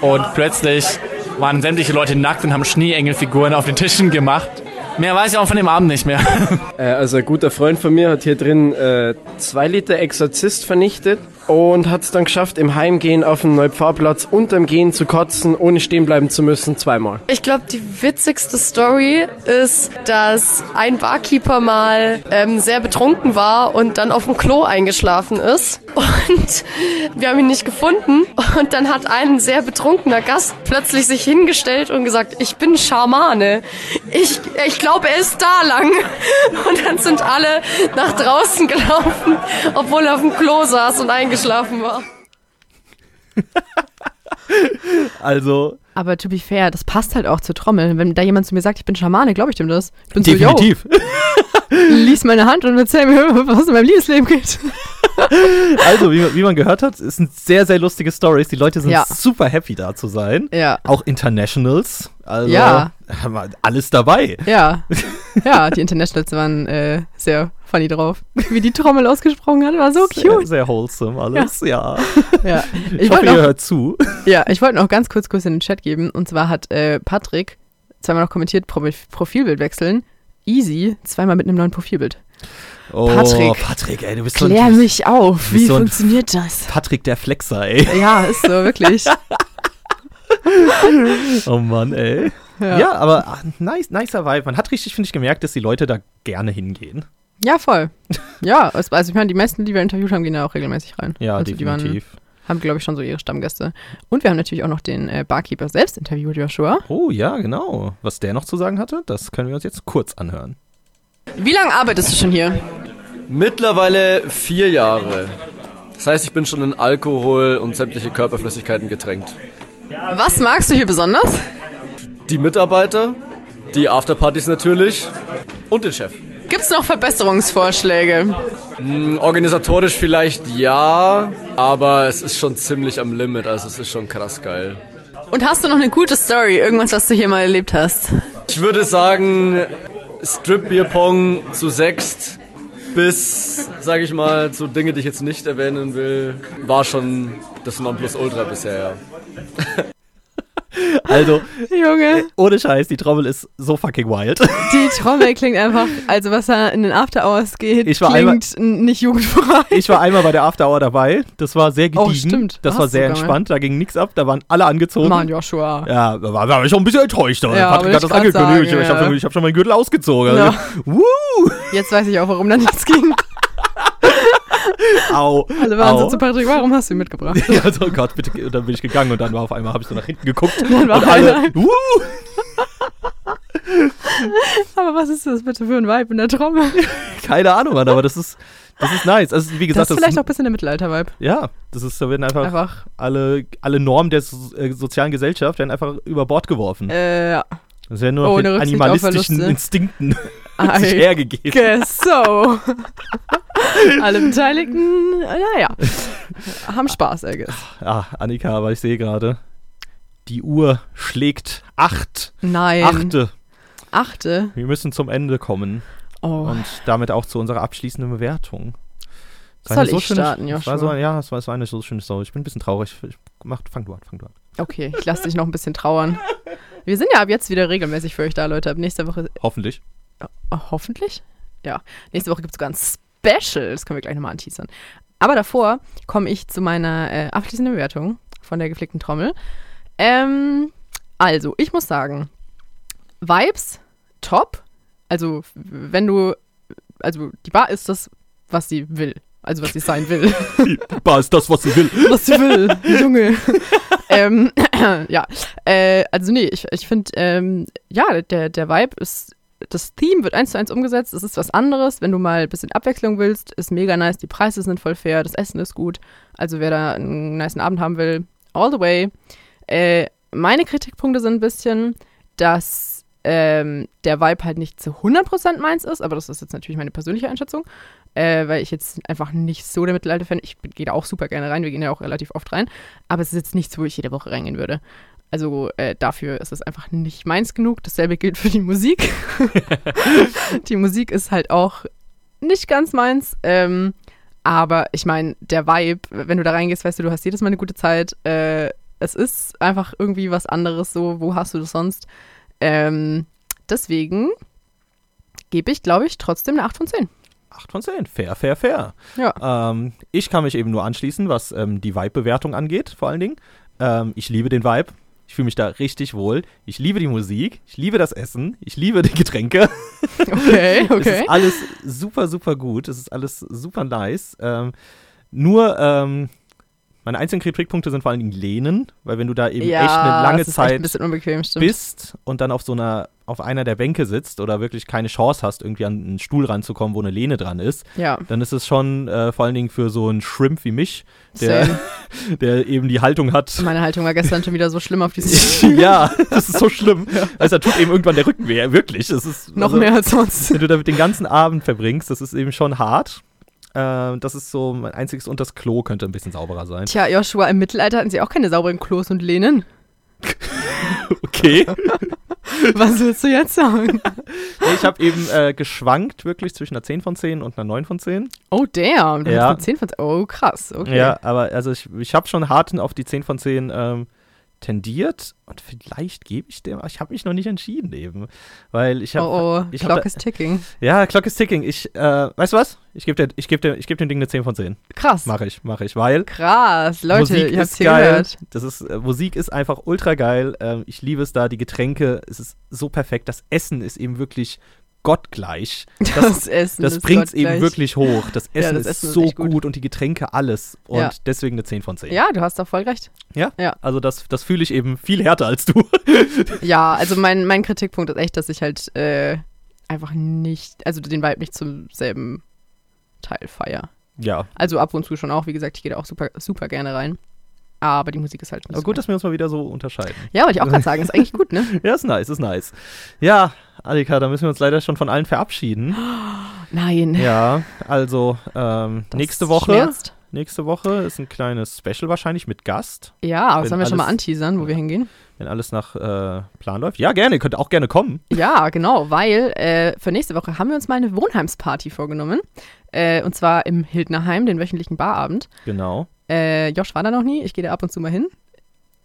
S9: Und plötzlich waren sämtliche Leute nackt und haben Schneeengelfiguren auf den Tischen gemacht. Mehr weiß ich auch von dem Abend nicht mehr.
S8: Äh, also ein guter Freund von mir hat hier drin äh, zwei Liter Exorzist vernichtet und hat es dann geschafft, im Heimgehen auf dem Neupfarrplatz unterm Gehen zu kotzen, ohne stehen bleiben zu müssen, zweimal.
S7: Ich glaube, die witzigste Story ist, dass ein Barkeeper mal ähm, sehr betrunken war und dann auf dem Klo eingeschlafen ist. Und wir haben ihn nicht gefunden. Und dann hat ein sehr betrunkener Gast plötzlich sich hingestellt und gesagt, ich bin Schamane. Ich, ich glaube, er ist da lang. Und dann sind alle nach draußen gelaufen, obwohl er auf dem Klo saß und eingeschlafen war.
S4: Also,
S1: Aber to be fair, das passt halt auch zur Trommel. Wenn da jemand zu mir sagt, ich bin Schamane, glaube ich dem das. Ich bin
S4: definitiv.
S1: so, yo, lies meine Hand und erzähl mir, was in meinem Liebesleben geht.
S4: Also, wie, wie man gehört hat, es sind sehr, sehr lustige Stories. Die Leute sind
S1: Ja.
S4: super happy, da zu sein.
S1: Ja.
S4: Auch Internationals. Also,
S1: Ja.
S4: haben wir alles dabei.
S1: Ja. Ja, die Internationals waren äh, sehr funny drauf. Wie die Trommel ausgesprochen hat, war so
S4: Sehr,
S1: cute.
S4: sehr wholesome alles, ja.
S1: Ja.
S4: Ich,
S1: Ich
S4: hoffe,
S1: wollte
S4: ihr
S1: noch,
S4: hört zu.
S1: ja, ich wollte noch ganz kurz kurz in den Chat geben. Und zwar hat äh, Patrick zweimal noch kommentiert, Pro Profilbild wechseln. Easy, zweimal mit einem neuen Profilbild.
S4: Oh,
S1: Patrick.
S4: Patrick, ey, du bist so
S1: Klär
S4: ein
S1: mich auf,
S4: wie
S1: wie
S4: so ein-
S1: funktioniert das?
S4: Patrick der Flexer, ey.
S1: Ja, ist so, wirklich.
S4: Oh Mann, ey. Ja, aber ah, nice, nicer Vibe. Man hat richtig, finde ich, gemerkt, dass die Leute da gerne hingehen.
S1: Ja, voll. Ja, es- also ich meine, die meisten, die wir interviewt haben, gehen da auch regelmäßig rein. also Die waren, haben, glaube ich, schon so ihre Stammgäste. Und wir haben natürlich auch noch den äh, Barkeeper selbst interviewt, Joshua.
S4: Oh ja, genau. Was der noch zu sagen hatte, das können wir uns jetzt kurz anhören.
S1: Wie lange arbeitest du schon hier?
S11: Mittlerweile vier Jahre. Das heißt, ich bin schon in Alkohol und sämtliche Körperflüssigkeiten getränkt.
S1: Was magst du hier besonders?
S11: Die Mitarbeiter, die Afterpartys natürlich und den Chef.
S1: Gibt es noch Verbesserungsvorschläge?
S11: Hm, Organisatorisch vielleicht ja, aber es ist schon ziemlich am Limit, also es ist schon krass geil.
S1: Und hast du noch eine gute Story? Irgendwas, was du hier mal erlebt hast?
S11: Ich würde sagen, Strip Beer Pong zu sechst bis, sage ich mal, zu Dinge, die ich jetzt nicht erwähnen will, war schon das Nonplusultra bisher, ja.
S4: Also,
S1: Junge,
S4: ohne Scheiß, die Trommel ist so fucking wild.
S1: die Trommel klingt einfach, also was da in den After Hours geht,
S4: Ich war
S1: klingt n- nicht jugendfrei.
S4: Ich war einmal bei der After Hour dabei. Das war sehr gediegen.
S1: Oh, stimmt.
S4: Das
S1: Warst
S4: war sehr
S1: du sogar mal.
S4: entspannt. Da ging nichts ab. Da waren alle angezogen.
S1: Mann, Joshua.
S4: Ja, da war, da war ich auch ein bisschen enttäuscht. aber
S1: Ja,
S4: Patrick
S1: wollte
S4: hat das
S1: ich grad
S4: angekündigt.
S1: sagen,
S4: ich habe
S1: ja.
S4: schon, ich hab schon meinen Gürtel ausgezogen. Also,
S1: Ja.
S4: Wuh!
S1: Jetzt weiß ich auch, warum da nichts ging.
S4: Au!
S1: Alle Also waren
S4: au.
S1: so zu Patrick, warum hast du ihn mitgebracht?
S4: Ja, so, oh Gott, bitte. Und dann bin ich gegangen und dann war auf einmal, habe ich so nach hinten geguckt.
S1: Dann war
S4: und alle,
S1: einer-
S4: wuh!
S1: Aber was ist das bitte für ein Vibe in der Trommel?
S4: Keine Ahnung, Mann, aber das ist, das ist nice. Also,
S1: Das
S4: wie
S1: ist
S4: gesagt, das,
S1: vielleicht auch ein bisschen der Mittelalter-Vibe.
S4: ja, das ist, da werden einfach,
S1: Einfach,
S4: alle, alle Normen der so, äh, sozialen Gesellschaft werden einfach über Bord geworfen.
S1: äh, ja.
S4: das werden nur noch
S1: ohne
S4: den
S1: Rücksicht auf
S4: animalistischen
S1: Verluste.
S4: Instinkten sich
S1: I
S4: hergegeben.
S1: guess so. Alle Beteiligten, naja, haben Spaß, I guess.
S4: Ah, Annika, aber ich sehe gerade, die Uhr schlägt acht.
S1: Nein.
S4: Achte.
S1: Achte.
S4: Wir müssen zum Ende kommen
S1: Oh.
S4: und damit auch zu unserer abschließenden Bewertung. Es war
S1: Soll
S4: eine so
S1: ich
S4: schöne-
S1: starten,
S4: es war so,
S1: Joshua?
S4: Ja, es war, es war eine so schöne Story. Ich bin ein bisschen traurig. Ich mach, fang du an, fang du an.
S1: Okay, ich lasse dich noch ein bisschen trauern. Wir sind ja ab jetzt wieder regelmäßig für euch da, Leute. Ab nächster Woche,
S4: Hoffentlich.
S1: oh, hoffentlich? Ja, nächste Woche gibt es sogar ein Special. Das können wir gleich nochmal anteasern. Aber davor komme ich zu meiner äh, abschließenden Bewertung von der geflickten Trommel. Ähm, also, ich muss sagen, Vibes top. Also, wenn du, also die Bar ist das, was sie will. Also, was sie sein will.
S4: Bar ist das, was sie will.
S1: was sie will, Junge. ähm, ja, äh, also nee, ich, ich finde, ähm, ja, der, der Vibe ist, das Theme wird eins zu eins umgesetzt, es ist was anderes, wenn du mal ein bisschen Abwechslung willst, ist mega nice, die Preise sind voll fair, das Essen ist gut, also wer da einen niceen Abend haben will, all the way. Äh, meine Kritikpunkte sind ein bisschen, dass ähm, der Vibe halt nicht zu 100% meins ist, aber das ist jetzt natürlich meine persönliche Einschätzung äh, weil ich jetzt einfach nicht so der Mittelalter-Fan Ich bin- gehe da auch super gerne rein, wir gehen ja auch relativ oft rein, aber es ist jetzt nichts, wo ich jede Woche reingehen würde. Also äh, dafür ist es einfach nicht meins genug. Dasselbe gilt für die Musik. die Musik ist halt auch nicht ganz meins. Ähm, aber ich meine, der Vibe, wenn du da reingehst, weißt du, du hast jedes Mal eine gute Zeit. Äh, Es ist einfach irgendwie was anderes, so, wo hast du das sonst? Ähm, deswegen gebe ich, glaube ich, trotzdem eine 8 von 10.
S4: 8 von 10. Fair, fair, fair.
S1: Ja.
S4: Ähm, ich kann mich eben nur anschließen, was ähm, die Vibe-Bewertung angeht, vor allen Dingen. Ähm, ich liebe den Vibe. Ich fühle mich da richtig wohl. Ich liebe die Musik. Ich liebe das Essen. Ich liebe die Getränke.
S1: Okay, okay.
S4: es ist alles super, super gut. Es ist alles super nice. Ähm, nur, ähm, meine einzigen Kritikpunkte sind vor allen Dingen Lehnen, weil wenn du da eben echt eine lange
S1: das ist Echt
S4: Zeit
S1: ein bisschen unbequem, stimmt.
S4: bist und dann auf so einer, auf einer der Bänke sitzt oder wirklich keine Chance hast, irgendwie an einen Stuhl ranzukommen, wo eine Lehne dran ist,
S1: Ja.
S4: dann ist es schon äh, vor allen Dingen für so einen Shrimp wie mich, der, der eben die Haltung hat.
S1: Meine Haltung war gestern schon wieder so schlimm auf dieses
S4: ja, das ist so schlimm. Also da tut eben irgendwann der Rücken weh, wirklich. Das ist,
S1: Noch
S4: also,
S1: mehr als sonst.
S4: Wenn du damit den ganzen Abend verbringst, das ist eben schon hart. Äh, das ist so mein einziges und das Klo könnte ein bisschen sauberer sein.
S1: Tja, Joshua, im Mittelalter hatten sie auch keine sauberen Klos und Lehnen.
S4: Okay.
S1: Was willst du jetzt sagen?
S4: Nee, ich habe eben äh, geschwankt wirklich zwischen einer 10 von 10 und einer 9 von 10.
S1: Oh, damn. Du
S4: Ja.
S1: hast eine 10 von 10. Oh, krass. Okay.
S4: Ja, aber also ich, ich habe schon hart auf die 10 von 10 ähm, tendiert und vielleicht gebe ich dem, ich habe mich noch nicht entschieden eben, weil ich habe
S1: oh, oh,
S4: ich
S1: Clock
S4: da-
S1: is ticking.
S4: Ja, Clock is ticking. Ich äh, weißt du was? Ich gebe ich geb dir- ich geb dem Ding eine 10 von 10.
S1: Krass.
S4: Mache ich, mache ich, weil
S1: Krass. Leute,
S4: Musik
S1: ihr habt's
S4: ist
S1: hier
S4: geil.
S1: gehört.
S4: Das ist, äh, Musik ist einfach ultra geil. Ähm, ich liebe es da, die Getränke, es ist so perfekt. Das Essen ist eben wirklich gottgleich. Das,
S1: Essen
S4: Das
S1: ist
S4: bringt es eben
S1: gottgleich.
S4: wirklich hoch. Das
S1: Ja,
S4: Essen,
S1: das Essen ist
S4: ist so
S1: echt gut.
S4: gut. und die Getränke alles. Und
S1: Ja.
S4: deswegen eine 10 von 10.
S1: Ja, du hast doch voll recht.
S4: Ja?
S1: Ja.
S4: Also das, das fühle ich eben viel härter als du.
S1: Ja, also mein, mein Kritikpunkt ist echt, dass ich halt äh, einfach nicht, also den Vibe nicht zum selben Teil feier.
S4: ja.
S1: Also ab und zu schon auch, wie gesagt, ich gehe da auch super, super gerne rein. Aber die Musik ist halt nicht
S4: Aber
S1: so
S4: gut,
S1: mein-
S4: dass wir uns mal wieder so unterscheiden.
S1: Ja, wollte ich auch gerade sagen, ist eigentlich gut, ne?
S4: Ja, ist nice, ist nice. Ja, Annika, da müssen wir uns leider schon von allen verabschieden.
S1: Nein.
S4: Ja, also ähm,
S1: Das
S4: nächste Woche.
S1: schmerzt.
S4: Nächste Woche ist ein kleines Special wahrscheinlich mit Gast.
S1: Ja, aber das
S4: Wenn
S1: haben wir schon mal
S4: alles-
S1: anteasern, wo wir hingehen.
S4: Wenn alles nach äh, Plan läuft. Ja, gerne, ihr könnt auch gerne kommen.
S1: Ja, genau, weil äh, für nächste Woche haben wir uns mal eine Wohnheimsparty vorgenommen. Äh, und zwar im Hildnerheim, den wöchentlichen Barabend.
S4: Genau.
S1: Äh, Josh war da noch nie, ich gehe da ab und zu mal hin.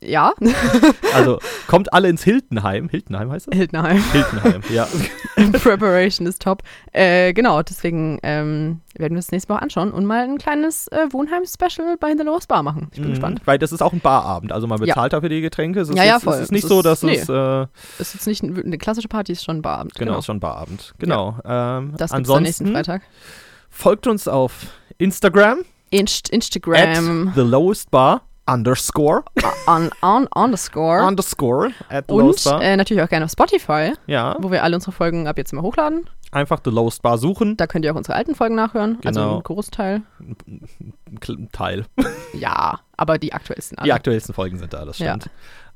S1: Ja,
S4: Also kommt alle ins Hildenheim. Hildenheim heißt das?
S1: Hildnerheim.
S4: Hildenheim, ja.
S1: Preparation ist top. Äh, genau, deswegen ähm, werden wir uns nächste Woche anschauen und mal ein kleines äh, Wohnheim-Special bei The Lowest Bar machen. Ich bin
S4: Mhm,
S1: gespannt.
S4: Weil das ist auch ein Barabend. Also man bezahlt dafür die Getränke. Es ist
S1: Ja, ja,
S4: jetzt,
S1: voll.
S4: Es ist nicht
S1: Es
S4: so,
S1: ist-
S4: dass
S1: nee.
S4: es. Äh, genau,
S1: Ist jetzt nicht ein- eine klassische Party, ist schon ein Barabend. genau.
S4: ist schon Barabend. Genau. Ähm,
S1: Das gibt's dann nächsten
S4: ansonsten
S1: Freitag.
S4: folgt uns auf Instagram.
S1: Inst Instagram
S4: At the lowest bar underscore.
S1: on, on, underscore.
S4: underscore. At the lowest
S1: und
S4: bar. Oh.
S1: äh, natürlich auch gerne auf Spotify,
S4: ja.
S1: wo wir alle unsere Folgen ab jetzt immer hochladen.
S4: Einfach the lowest bar suchen.
S1: Da könnt ihr auch unsere alten Folgen nachhören. Also
S4: Genau.
S1: einen Großteil.
S4: Kl- Teil.
S1: Ja, aber die aktuellsten alle.
S4: Die aktuellsten Folgen sind da, das
S1: Ah. Ja.
S4: stimmt.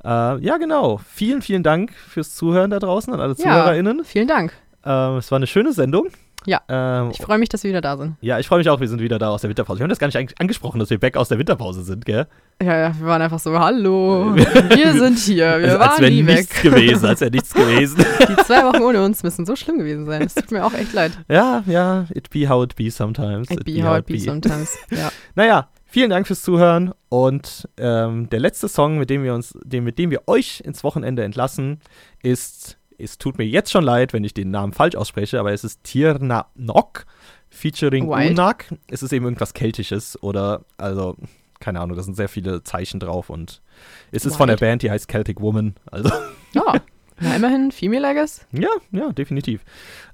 S4: Ja. Äh, ja, genau. Vielen, vielen Dank fürs Zuhören da draußen an alle
S1: Ja,
S4: ZuhörerInnen.
S1: Vielen Dank.
S4: Ähm, es war eine schöne Sendung.
S1: Ja.
S4: Ähm,
S1: Ich freue mich, dass wir wieder da sind.
S4: ja, ich freue mich auch, wir sind wieder da aus der Winterpause. Wir haben das gar nicht eigentlich angesprochen, dass wir back aus der Winterpause sind, gell?
S1: Ja, ja, wir waren einfach so, hallo, wir sind hier, wir
S4: Also, als
S1: waren
S4: als wäre
S1: nie
S4: nichts
S1: weg.
S4: gewesen, als wäre nichts gewesen.
S1: Die zwei Wochen ohne uns müssen so schlimm gewesen sein. Es tut mir auch echt leid.
S4: ja, ja, it be how it be sometimes.
S1: It be how it be sometimes. Ja.
S4: Naja, vielen Dank fürs Zuhören und ähm, der letzte Song, mit dem wir uns, dem, mit dem wir euch ins Wochenende entlassen, ist, es tut mir jetzt schon leid, wenn ich den Namen falsch ausspreche, aber es ist Tirna Nok featuring
S1: Wild.
S4: Unak. Es ist eben irgendwas Keltisches oder, also, keine Ahnung, da sind sehr viele Zeichen drauf und es ist von der
S1: Wild.
S4: Band, die heißt Celtic Woman, also.
S1: ja. Na, immerhin, Female, I guess.
S4: Ja, ja, definitiv.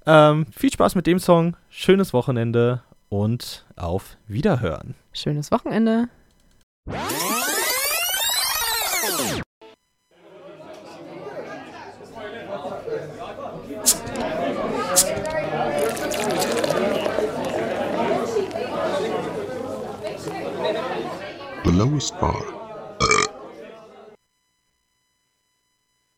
S4: Ähm, viel Spaß mit dem Song, schönes Wochenende und auf Wiederhören.
S1: Schönes Wochenende.
S3: The lowest bar.